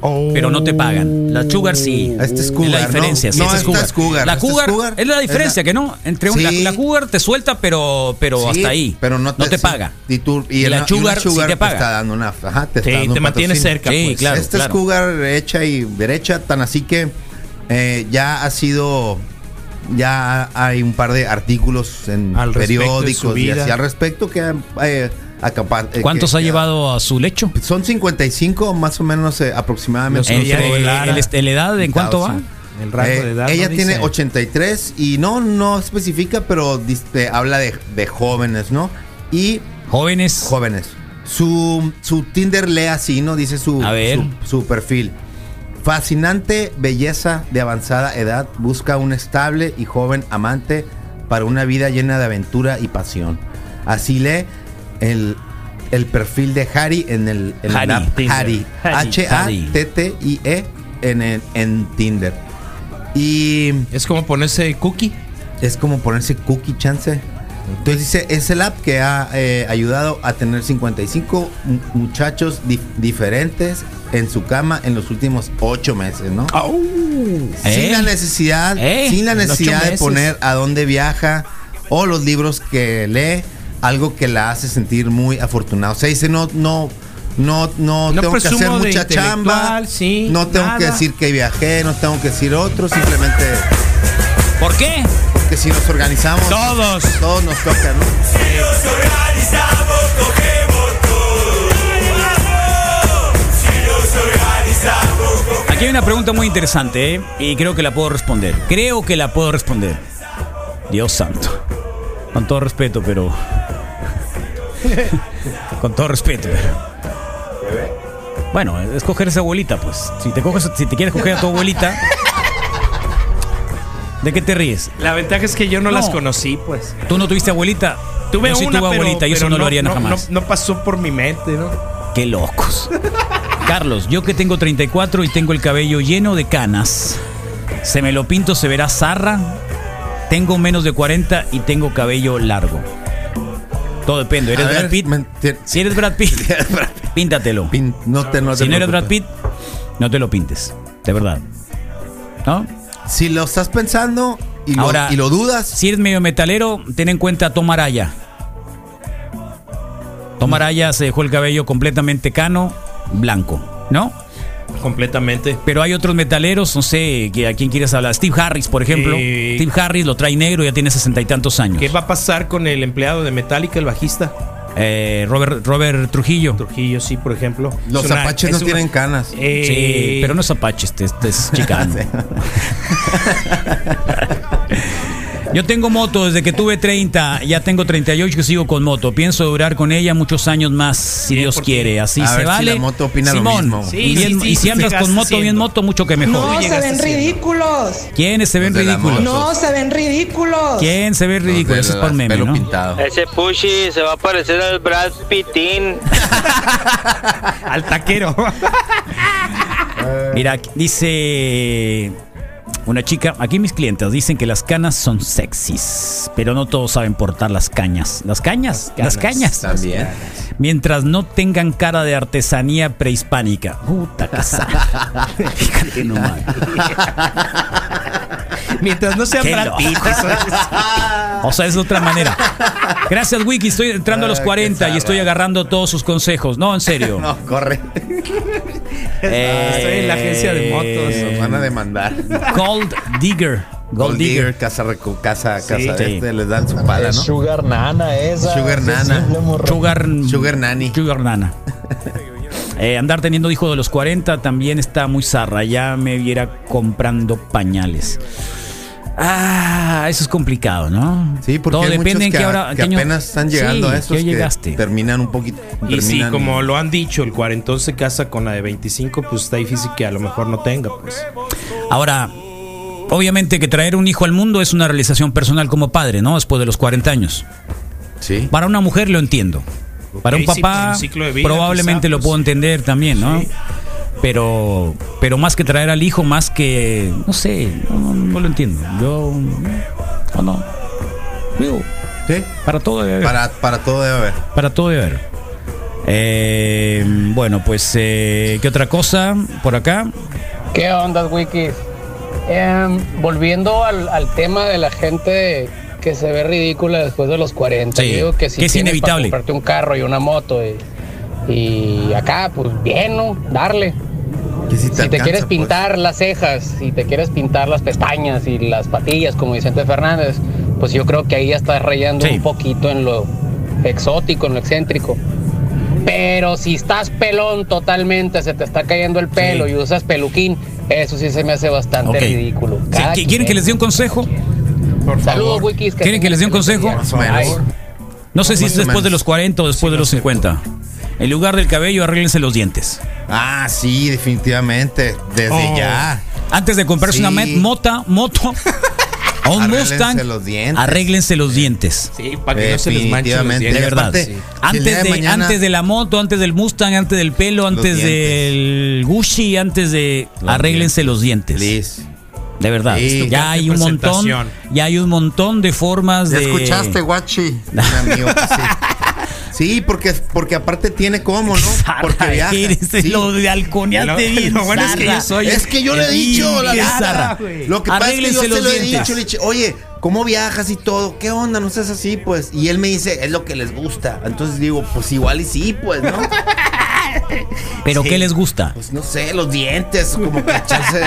[SPEAKER 2] Oh.
[SPEAKER 1] Pero no te pagan. Las Cougar sí.
[SPEAKER 3] Este es
[SPEAKER 1] la
[SPEAKER 3] Cougar,
[SPEAKER 1] diferencia,
[SPEAKER 3] ¿no?
[SPEAKER 1] sí,
[SPEAKER 3] No,
[SPEAKER 1] esta es Cougar.
[SPEAKER 3] esta es Cougar,
[SPEAKER 1] La
[SPEAKER 3] esta es
[SPEAKER 1] Cougar,
[SPEAKER 3] Cougar.
[SPEAKER 1] es la diferencia,
[SPEAKER 3] Es la-
[SPEAKER 1] que no. Entre un- la-
[SPEAKER 3] Sí.
[SPEAKER 1] la, Cougar te suelta, pero, pero
[SPEAKER 3] Sí,
[SPEAKER 1] hasta ahí.
[SPEAKER 3] Pero no te,
[SPEAKER 1] te
[SPEAKER 3] sí.
[SPEAKER 1] paga.
[SPEAKER 3] Y, tú, y,
[SPEAKER 1] Y la
[SPEAKER 3] una- y
[SPEAKER 1] Sugar
[SPEAKER 3] una
[SPEAKER 1] sí te paga.
[SPEAKER 3] Te está dando una. Ajá, te, está
[SPEAKER 2] Sí,
[SPEAKER 3] dando
[SPEAKER 2] te
[SPEAKER 3] un
[SPEAKER 2] mantiene
[SPEAKER 3] patrocinio.
[SPEAKER 2] cerca.
[SPEAKER 1] Sí,
[SPEAKER 2] pues.
[SPEAKER 1] claro.
[SPEAKER 3] Esta es Cougar hecha y derecha, tan así que eh, ya ha sido. Ya hay un par de artículos en
[SPEAKER 2] Al respecto de su
[SPEAKER 3] periódicos y
[SPEAKER 2] vida.
[SPEAKER 3] así al respecto que han eh, acapar- eh,
[SPEAKER 1] ¿Cuántos
[SPEAKER 3] que-
[SPEAKER 1] ha
[SPEAKER 3] que-
[SPEAKER 1] llevado a su lecho?
[SPEAKER 3] Son 55 más o menos eh, aproximadamente.
[SPEAKER 2] Los-
[SPEAKER 1] Entre
[SPEAKER 2] ella de
[SPEAKER 1] el,
[SPEAKER 2] Lara.
[SPEAKER 1] el- el edad, ¿en cuánto va?
[SPEAKER 2] El rango
[SPEAKER 3] Eh,
[SPEAKER 2] de edad.
[SPEAKER 3] Ella
[SPEAKER 2] ¿no?
[SPEAKER 3] tiene
[SPEAKER 2] Dice.
[SPEAKER 3] 83 y no, no especifica, pero dis- eh, habla de, de jóvenes, ¿no? Y
[SPEAKER 1] Jóvenes.
[SPEAKER 3] jóvenes. Su, su Tinder lee así, ¿no? Dice su,
[SPEAKER 1] A ver.
[SPEAKER 3] su, su perfil. Fascinante belleza de avanzada edad busca un estable y joven amante para una vida llena de aventura y pasión. Así lee el, el perfil de Harry en el en la
[SPEAKER 1] Harry,
[SPEAKER 3] app
[SPEAKER 1] Tinder.
[SPEAKER 3] Harry.
[SPEAKER 1] Harry.
[SPEAKER 3] H-A-T-T-I-E E en, el- en Tinder. Y
[SPEAKER 2] Es como ponerse cookie.
[SPEAKER 3] es como ponerse cookie chance. Entonces dice, es el app que ha eh, ayudado a tener 55 mu- muchachos dif- diferentes en su cama en los últimos 8 meses, ¿no?
[SPEAKER 1] ¿Eh?
[SPEAKER 3] Sin la necesidad,
[SPEAKER 1] ¿Eh?
[SPEAKER 3] sin la
[SPEAKER 1] En ocho
[SPEAKER 3] necesidad de
[SPEAKER 1] meses.
[SPEAKER 3] poner a dónde viaja o los libros que lee, algo que la hace sentir muy afortunada. O sea, dice, no, no, no, no,
[SPEAKER 2] No
[SPEAKER 3] tengo que hacer
[SPEAKER 2] presumo de
[SPEAKER 3] mucha chamba,
[SPEAKER 2] intelectual, sí,
[SPEAKER 3] no tengo que
[SPEAKER 2] nada.
[SPEAKER 3] decir que viajé, no tengo que decir otro, simplemente
[SPEAKER 1] ¿Por qué?
[SPEAKER 3] que si nos organizamos...
[SPEAKER 2] Todos.
[SPEAKER 3] Todos nos toca, ¿no?
[SPEAKER 1] Aquí hay una pregunta muy interesante, ¿eh? Y creo que la puedo responder. Creo que la puedo responder. Dios santo. Con todo respeto, pero. [LAUGHS] Con todo respeto, pero. Bueno, es coger a esa abuelita, pues. Si te, coges, si te quieres coger a tu abuelita. ¿De qué te ríes?
[SPEAKER 2] La ventaja es que yo no,
[SPEAKER 1] No.
[SPEAKER 2] las conocí, pues.
[SPEAKER 1] ¿Tú no tuviste abuelita?
[SPEAKER 2] Tuve
[SPEAKER 1] Yo sí
[SPEAKER 2] una,
[SPEAKER 1] tuve
[SPEAKER 2] pero-
[SPEAKER 1] abuelita, yo eso
[SPEAKER 2] pero
[SPEAKER 1] no, lo haría jamás.
[SPEAKER 2] No, no pasó por mi mente, ¿no?
[SPEAKER 1] Qué locos. Carlos, yo que tengo 34 y tengo el cabello lleno de canas, se me lo pinto, se verá zarra. Tengo menos de 40 y tengo cabello largo. Todo depende. ¿Eres
[SPEAKER 3] A ver,
[SPEAKER 1] Brad Pitt?
[SPEAKER 3] men- te-
[SPEAKER 1] Si eres Brad
[SPEAKER 3] [LAUGHS]
[SPEAKER 1] Pitt, píntatelo.
[SPEAKER 3] pin- no te, no te
[SPEAKER 1] si no eres
[SPEAKER 3] preocupes.
[SPEAKER 1] Brad Pitt, no te lo pintes. De verdad. ¿No?
[SPEAKER 3] Si lo estás pensando y lo,
[SPEAKER 1] Ahora-
[SPEAKER 3] y lo dudas,
[SPEAKER 1] Si eres medio metalero, ten en cuenta a Tom Araya. Tom Araya se dejó el cabello completamente cano, blanco, ¿no?
[SPEAKER 2] Completamente.
[SPEAKER 1] Pero hay otros metaleros, no sé, que- ¿a quién quieres hablar? Steve Harris, por ejemplo.
[SPEAKER 2] Eh,
[SPEAKER 1] Steve Harris lo trae negro, ya tiene sesenta y tantos años.
[SPEAKER 2] ¿Qué va a pasar con el empleado de Metallica, el bajista?
[SPEAKER 1] Eh, Robert, Robert Trujillo.
[SPEAKER 2] Trujillo, sí, por ejemplo.
[SPEAKER 3] los
[SPEAKER 2] Es una-
[SPEAKER 3] apaches
[SPEAKER 2] es
[SPEAKER 3] no
[SPEAKER 2] una-
[SPEAKER 3] tienen canas. [LAUGHS]
[SPEAKER 2] Eh,
[SPEAKER 1] Sí, pero no es apache, este, este es
[SPEAKER 2] [LAUGHS]
[SPEAKER 1] chicano. Yo tengo moto desde que tuve 30, ya tengo 38 que sigo con moto. Pienso durar con ella muchos años más, si
[SPEAKER 2] Bien
[SPEAKER 1] Dios
[SPEAKER 2] por ti.
[SPEAKER 1] quiere. Así
[SPEAKER 3] A
[SPEAKER 1] se
[SPEAKER 3] ver si
[SPEAKER 1] vale.
[SPEAKER 3] la moto opina lo
[SPEAKER 1] Simón,
[SPEAKER 3] mismo.
[SPEAKER 1] y
[SPEAKER 2] Sí,
[SPEAKER 1] bien-
[SPEAKER 2] sí,
[SPEAKER 1] y
[SPEAKER 2] sí,
[SPEAKER 1] si
[SPEAKER 2] sí,
[SPEAKER 1] andas
[SPEAKER 2] te
[SPEAKER 1] con
[SPEAKER 2] gasto
[SPEAKER 1] moto, bien
[SPEAKER 2] haciendo.
[SPEAKER 1] moto, mucho que mejor.
[SPEAKER 7] No, se
[SPEAKER 2] llegaste
[SPEAKER 7] ven
[SPEAKER 2] haciendo.
[SPEAKER 7] ridículos.
[SPEAKER 1] ¿Quiénes se [LAUGHS] ven
[SPEAKER 3] Los de la
[SPEAKER 1] ridículos?
[SPEAKER 3] moto.
[SPEAKER 7] No, se ven ridículos.
[SPEAKER 1] ¿Quién se ve ridículo? Ese es por meme,
[SPEAKER 3] pelo
[SPEAKER 1] ¿no?
[SPEAKER 3] pintado.
[SPEAKER 8] Ese Pushy se va a parecer al Brad Pittin.
[SPEAKER 2] Al taquero.
[SPEAKER 1] Mira, aquí dice una chica, aquí mis clientes dicen que las canas son sexys, pero no todos saben portar las cañas. ¿Las cañas? Las cañas.
[SPEAKER 3] También.
[SPEAKER 1] Mientras no tengan cara de artesanía prehispánica. Puta casa. Fíjate nomás.
[SPEAKER 2] Mientras no sea
[SPEAKER 1] Qué
[SPEAKER 2] Brad Pitt. eso es-
[SPEAKER 1] O sea, es de otra manera. Gracias, Wiki. Estoy entrando a los
[SPEAKER 3] Ay, qué
[SPEAKER 1] 40 y estoy
[SPEAKER 3] zarra.
[SPEAKER 1] agarrando todos sus consejos. No, en serio.
[SPEAKER 3] [LAUGHS] No, corre. [LAUGHS] Ah,
[SPEAKER 1] Eh,
[SPEAKER 2] Estoy en la agencia de
[SPEAKER 3] Nos van a
[SPEAKER 2] motos.
[SPEAKER 3] demandar.
[SPEAKER 1] [LAUGHS] Gold Digger.
[SPEAKER 3] Gold
[SPEAKER 1] Eh, Gold Digger.
[SPEAKER 3] Digger, casa, reco- casa, casa de
[SPEAKER 1] sí.
[SPEAKER 3] este, les dan su pala, ¿no?
[SPEAKER 5] Sugar Nana esa.
[SPEAKER 3] Sugar Nana.
[SPEAKER 1] Sugar,
[SPEAKER 3] Sugar Nanny.
[SPEAKER 1] Sugar
[SPEAKER 3] [LAUGHS]
[SPEAKER 1] Nana. Eh, andar teniendo hijo de los 40 también está muy zarra. Ya me viera comprando pañales. Ah, eso es complicado, ¿no?
[SPEAKER 3] Sí, porque
[SPEAKER 1] Todo
[SPEAKER 3] hay
[SPEAKER 1] depende
[SPEAKER 3] muchos
[SPEAKER 1] en
[SPEAKER 3] que,
[SPEAKER 1] qué
[SPEAKER 3] a-
[SPEAKER 1] hora-
[SPEAKER 3] que
[SPEAKER 1] qué año-
[SPEAKER 3] apenas están llegando
[SPEAKER 1] Sí,
[SPEAKER 3] a esos
[SPEAKER 1] ¿qué
[SPEAKER 3] que
[SPEAKER 1] llegaste.
[SPEAKER 3] terminan un poquito.
[SPEAKER 2] Y sí,
[SPEAKER 3] terminan-
[SPEAKER 2] como lo han dicho, el cuarentón se casa con la de 25, pues está difícil que a lo mejor no tenga, pues.
[SPEAKER 1] Ahora, obviamente que traer un hijo al mundo es una realización personal como padre, ¿no? Después de los 40 años.
[SPEAKER 3] Sí.
[SPEAKER 1] Para una mujer lo entiendo. Para
[SPEAKER 2] Ok,
[SPEAKER 1] un
[SPEAKER 2] sí,
[SPEAKER 1] papá
[SPEAKER 2] por un ciclo de vida,
[SPEAKER 1] probablemente
[SPEAKER 2] quizá,
[SPEAKER 1] lo
[SPEAKER 2] pues,
[SPEAKER 1] puedo
[SPEAKER 2] sí.
[SPEAKER 1] entender también, ¿no? Pero, pero más que traer al hijo, más que, no sé, no, no lo entiendo. Yo, o no, digo,
[SPEAKER 3] Sí.
[SPEAKER 1] para todo debe haber. Para,
[SPEAKER 3] Para, para todo debe haber.
[SPEAKER 1] todo debe haber. Eh, bueno, pues, eh, ¿qué otra cosa por acá?
[SPEAKER 9] ¿Qué onda, Wikis? Em, volviendo al, al tema de la gente que se ve ridícula después de los 40.
[SPEAKER 1] Sí,
[SPEAKER 9] yo digo que, si
[SPEAKER 1] que es
[SPEAKER 9] tienes para
[SPEAKER 1] inevitable.
[SPEAKER 9] comprarte un carro y una moto y, y acá, pues bien, ¿no? Darle.
[SPEAKER 3] Que si te,
[SPEAKER 9] Si te
[SPEAKER 3] alcanza,
[SPEAKER 9] quieres
[SPEAKER 3] pues.
[SPEAKER 9] pintar las cejas, si te quieres pintar las pestañas y las patillas, como Vicente Fernández, pues yo creo que ahí ya estás rayando
[SPEAKER 1] Sí.
[SPEAKER 9] un poquito en lo exótico, en lo excéntrico. Pero si estás pelón totalmente, se te está cayendo el pelo
[SPEAKER 1] Sí.
[SPEAKER 9] y usas peluquín, eso sí se me hace bastante
[SPEAKER 1] Ok.
[SPEAKER 9] ridículo.
[SPEAKER 1] Sí,
[SPEAKER 9] Cada
[SPEAKER 1] ¿qui- ¿Quieren
[SPEAKER 9] quien,
[SPEAKER 1] que les dé un consejo?
[SPEAKER 2] Por
[SPEAKER 9] Saludos,
[SPEAKER 2] favor.
[SPEAKER 9] Wikis.
[SPEAKER 1] ¿Quieren que les dé un
[SPEAKER 9] tengan
[SPEAKER 1] consejo?
[SPEAKER 9] feliz
[SPEAKER 3] Más
[SPEAKER 9] día.
[SPEAKER 3] o menos.
[SPEAKER 9] Ay,
[SPEAKER 1] No sé si
[SPEAKER 3] Más
[SPEAKER 1] es
[SPEAKER 3] o
[SPEAKER 1] después
[SPEAKER 3] menos.
[SPEAKER 1] de los 40 o después de los 50. En lugar del cabello, arréglense los dientes.
[SPEAKER 3] Ah, sí, definitivamente. Desde
[SPEAKER 2] Oh.
[SPEAKER 3] ya.
[SPEAKER 1] Antes de comprarse
[SPEAKER 3] Sí.
[SPEAKER 1] una met- mota,
[SPEAKER 3] [LAUGHS]
[SPEAKER 1] moto o un
[SPEAKER 3] Arréglense
[SPEAKER 1] Mustang,
[SPEAKER 3] los dientes.
[SPEAKER 1] arréglense los dientes.
[SPEAKER 2] Sí, para que no se les manche los
[SPEAKER 3] Definitivamente.
[SPEAKER 1] De
[SPEAKER 2] dientes.
[SPEAKER 3] Y
[SPEAKER 1] verdad.
[SPEAKER 3] aparte, si el día
[SPEAKER 1] antes,
[SPEAKER 3] de
[SPEAKER 1] de,
[SPEAKER 3] mañana-
[SPEAKER 1] antes de la moto, antes del Mustang, antes del pelo, antes
[SPEAKER 3] dientes.
[SPEAKER 1] del Gucci, antes de.
[SPEAKER 3] Los
[SPEAKER 1] arréglense los dientes.
[SPEAKER 3] Liz.
[SPEAKER 1] De verdad.
[SPEAKER 3] Sí.
[SPEAKER 1] Ya hay un montón.
[SPEAKER 2] Presentación.
[SPEAKER 1] Ya hay un montón de formas
[SPEAKER 3] ¿Ya
[SPEAKER 1] de. [LAUGHS]
[SPEAKER 3] escuchaste, guachi? Un amigo, pues, sí. Sí, porque, porque aparte tiene cómo, ¿no?
[SPEAKER 1] Zarra
[SPEAKER 3] Porque viaja.
[SPEAKER 1] eres,
[SPEAKER 3] Sí.
[SPEAKER 1] Lo de
[SPEAKER 2] Lo-
[SPEAKER 1] alconeaste
[SPEAKER 3] [LAUGHS]
[SPEAKER 1] bien,
[SPEAKER 2] lo bueno es que yo
[SPEAKER 1] zarra.
[SPEAKER 2] soy-
[SPEAKER 3] Es que yo le he dicho la
[SPEAKER 1] Bien,
[SPEAKER 3] verdad.
[SPEAKER 1] zarra.
[SPEAKER 3] Lo que pasa es que yo
[SPEAKER 1] Arréglense
[SPEAKER 3] se
[SPEAKER 1] los
[SPEAKER 3] lo he
[SPEAKER 1] dientes.
[SPEAKER 3] dicho, le he dicho, oye, ¿cómo viajas y todo? ¿Qué onda? No seas así, pues. Y él me dice, es lo que les gusta. Entonces digo, pues igual y sí, pues, ¿no?
[SPEAKER 1] Pero
[SPEAKER 3] Sí.
[SPEAKER 1] ¿qué les gusta?
[SPEAKER 3] Pues no sé, los dientes, como que echarse.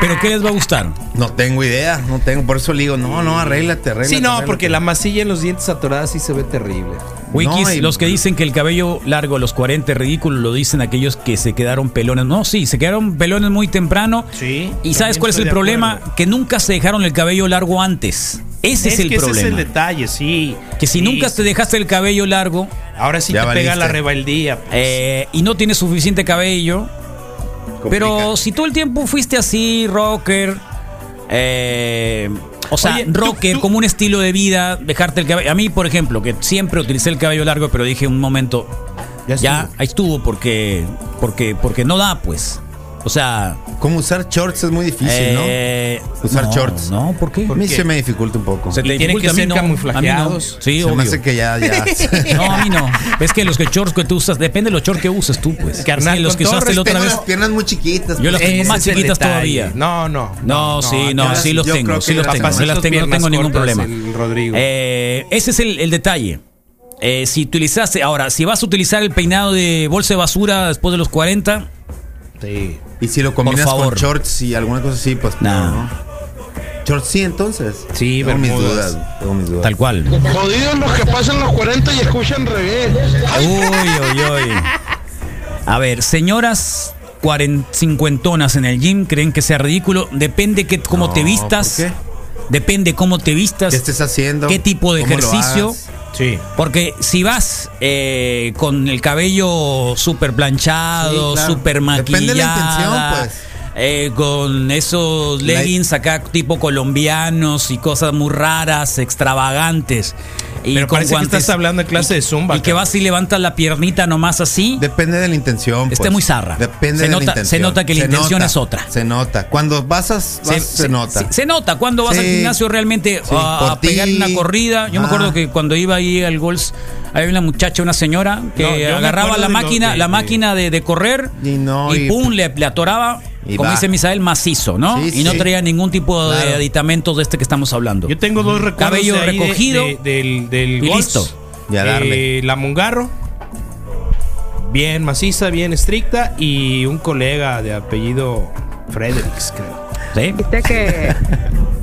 [SPEAKER 1] ¿Pero qué les va a gustar?
[SPEAKER 3] No tengo idea, no tengo. Por eso le digo, no, no, arréglate, arréglate.
[SPEAKER 2] Sí, no, porque la
[SPEAKER 3] arréglate.
[SPEAKER 2] masilla en los dientes atoradas sí se ve terrible.
[SPEAKER 1] Wikis,
[SPEAKER 3] No, y-
[SPEAKER 1] los que dicen que el cabello largo, los 40 es ridículo, lo dicen aquellos que se quedaron pelones. No, sí, se quedaron pelones muy temprano.
[SPEAKER 2] Sí,
[SPEAKER 1] ¿Y
[SPEAKER 2] también
[SPEAKER 1] sabes cuál es
[SPEAKER 2] estoy
[SPEAKER 1] el
[SPEAKER 2] de
[SPEAKER 1] problema?
[SPEAKER 2] acuerdo.
[SPEAKER 1] Que nunca se dejaron el cabello largo antes. Ese es, el
[SPEAKER 2] que
[SPEAKER 1] problema.
[SPEAKER 2] Ese es el detalle, sí.
[SPEAKER 1] que si
[SPEAKER 2] Sí,
[SPEAKER 1] nunca te dejaste el cabello largo
[SPEAKER 2] Ahora sí
[SPEAKER 3] Ya
[SPEAKER 2] te pega
[SPEAKER 3] valiste.
[SPEAKER 2] la rebeldía. pues.
[SPEAKER 1] eh, y no tienes suficiente cabello, pero
[SPEAKER 3] Complica.
[SPEAKER 1] si todo el tiempo fuiste así, rocker, eh, o sea,
[SPEAKER 2] Oye, tú-
[SPEAKER 1] rocker
[SPEAKER 2] tú-
[SPEAKER 1] como un estilo de vida, dejarte el cabello. A mí, por ejemplo, que siempre utilicé el cabello largo, pero dije un momento,
[SPEAKER 2] Ya estuvo.
[SPEAKER 1] ya ahí estuvo porque, porque, porque no da, pues. O sea,
[SPEAKER 3] Como usar shorts es muy difícil,
[SPEAKER 1] eh,
[SPEAKER 3] ¿no? Usar
[SPEAKER 1] no,
[SPEAKER 3] shorts.
[SPEAKER 1] No, ¿por qué?
[SPEAKER 3] A mí
[SPEAKER 2] qué?
[SPEAKER 3] se me dificulta un poco.
[SPEAKER 1] Se
[SPEAKER 2] Y tienen que
[SPEAKER 1] dificulta, a mí
[SPEAKER 2] ser
[SPEAKER 1] no, a mí no.
[SPEAKER 2] camuflajeados.
[SPEAKER 1] Sí,
[SPEAKER 3] se
[SPEAKER 1] obvio.
[SPEAKER 3] me hace que
[SPEAKER 1] [LAUGHS]
[SPEAKER 3] ya, ya. [LAUGHS]
[SPEAKER 1] No, a mí no. Es que los que shorts que tú usas, depende de los shorts que usas tú, pues.
[SPEAKER 2] Carnal,
[SPEAKER 1] Es que los
[SPEAKER 2] con
[SPEAKER 1] que
[SPEAKER 2] todo
[SPEAKER 1] usaste la otra
[SPEAKER 3] Tengo
[SPEAKER 1] vez.
[SPEAKER 3] las piernas muy chiquitas.
[SPEAKER 1] Yo las
[SPEAKER 3] pues.
[SPEAKER 1] tengo
[SPEAKER 2] Ese
[SPEAKER 1] más
[SPEAKER 2] es el
[SPEAKER 1] chiquitas
[SPEAKER 2] detalle.
[SPEAKER 1] todavía.
[SPEAKER 2] No, no.
[SPEAKER 1] No, sí, no,
[SPEAKER 3] ahora
[SPEAKER 1] sí
[SPEAKER 3] sí,
[SPEAKER 1] los
[SPEAKER 3] yo
[SPEAKER 1] tengo,
[SPEAKER 3] creo
[SPEAKER 1] sí
[SPEAKER 3] que
[SPEAKER 1] los
[SPEAKER 3] las
[SPEAKER 1] tengo, sí
[SPEAKER 2] papas
[SPEAKER 1] las
[SPEAKER 2] tus
[SPEAKER 1] tengo, no
[SPEAKER 2] piernas
[SPEAKER 1] tengo ningún
[SPEAKER 2] cortas,
[SPEAKER 1] problema.
[SPEAKER 2] el Rodrigo.
[SPEAKER 1] Eh, ese es el, el detalle. Eh, si utilizaste, ahora, si vas a utilizar el peinado de bolsa de basura después de los 40,
[SPEAKER 2] Sí.
[SPEAKER 3] Y si lo combinas
[SPEAKER 1] Por
[SPEAKER 3] con
[SPEAKER 1] favor.
[SPEAKER 3] shorts y alguna cosa así, pues
[SPEAKER 1] No.
[SPEAKER 3] no. ¿no? Shorts sí, entonces.
[SPEAKER 2] Sí,
[SPEAKER 3] tengo mis
[SPEAKER 2] bermudas.
[SPEAKER 3] dudas. Tengo mis dudas.
[SPEAKER 1] tal cual. Uy,
[SPEAKER 4] Jodidos los que pasan los 40 y escuchan reggae.
[SPEAKER 1] uy, uy. A ver, señoras cuaren- cincuentonas en el gym, ¿creen que sea ridículo? Depende que, cómo
[SPEAKER 3] No,
[SPEAKER 1] te vistas.
[SPEAKER 3] ¿por qué?
[SPEAKER 1] Depende cómo te vistas.
[SPEAKER 3] ¿Qué estés haciendo?
[SPEAKER 1] ¿Qué tipo de
[SPEAKER 3] ¿Cómo lo
[SPEAKER 1] ejercicio?
[SPEAKER 3] hagas?
[SPEAKER 2] Sí.
[SPEAKER 1] Porque si vas eh, con el cabello súper planchado,
[SPEAKER 3] Sí, claro.
[SPEAKER 1] súper maquillado.
[SPEAKER 3] Depende de la intención, pues.
[SPEAKER 1] eh, con esos
[SPEAKER 3] La-
[SPEAKER 1] leggings acá tipo colombianos y cosas muy raras, extravagantes. Y
[SPEAKER 2] Pero
[SPEAKER 1] con
[SPEAKER 2] parece que estás hablando en clase
[SPEAKER 1] y-
[SPEAKER 2] de zumba,
[SPEAKER 1] Y que
[SPEAKER 2] cabrón.
[SPEAKER 1] vas y levantas la piernita nomás así.
[SPEAKER 3] Depende de la intención.
[SPEAKER 1] Está
[SPEAKER 3] pues.
[SPEAKER 1] muy zarra.
[SPEAKER 3] Depende
[SPEAKER 1] Se
[SPEAKER 3] de
[SPEAKER 1] nota-
[SPEAKER 3] la
[SPEAKER 1] se
[SPEAKER 3] intención.
[SPEAKER 1] nota que la intención
[SPEAKER 3] nota,
[SPEAKER 1] es otra.
[SPEAKER 3] Se nota. Cuando vas, a, vas- se, nota.
[SPEAKER 1] Se, se nota cuando vas
[SPEAKER 3] Sí.
[SPEAKER 1] al gimnasio realmente
[SPEAKER 3] Sí,
[SPEAKER 1] a,
[SPEAKER 3] por
[SPEAKER 1] a pegar
[SPEAKER 3] ti.
[SPEAKER 1] una corrida. Yo me
[SPEAKER 3] Ah.
[SPEAKER 1] acuerdo que cuando iba ahí al Golds, había una muchacha, una señora, que
[SPEAKER 2] No, yo me
[SPEAKER 1] agarraba
[SPEAKER 2] acuerdo
[SPEAKER 1] la
[SPEAKER 2] de lo
[SPEAKER 1] máquina,
[SPEAKER 2] que-
[SPEAKER 1] la máquina de, de correr
[SPEAKER 3] Y no,
[SPEAKER 1] y
[SPEAKER 3] y-
[SPEAKER 1] pum, le, le atoraba
[SPEAKER 3] Y
[SPEAKER 1] como
[SPEAKER 3] va.
[SPEAKER 1] dice Misael, macizo, ¿no?
[SPEAKER 3] Sí,
[SPEAKER 1] y no
[SPEAKER 3] sí.
[SPEAKER 1] traía ningún tipo de
[SPEAKER 3] Claro.
[SPEAKER 1] aditamentos de este que estamos hablando.
[SPEAKER 2] Yo tengo dos recuerdos
[SPEAKER 1] Cabello
[SPEAKER 2] de ahí de-
[SPEAKER 1] recogido.
[SPEAKER 2] de- del, del
[SPEAKER 1] Y
[SPEAKER 2] Golf.
[SPEAKER 1] listo.
[SPEAKER 3] Y a darle.
[SPEAKER 2] Eh, la Mongarro. Bien maciza, bien estricta. Y un colega de apellido Fredericks, creo.
[SPEAKER 1] ¿Sí?
[SPEAKER 10] Viste que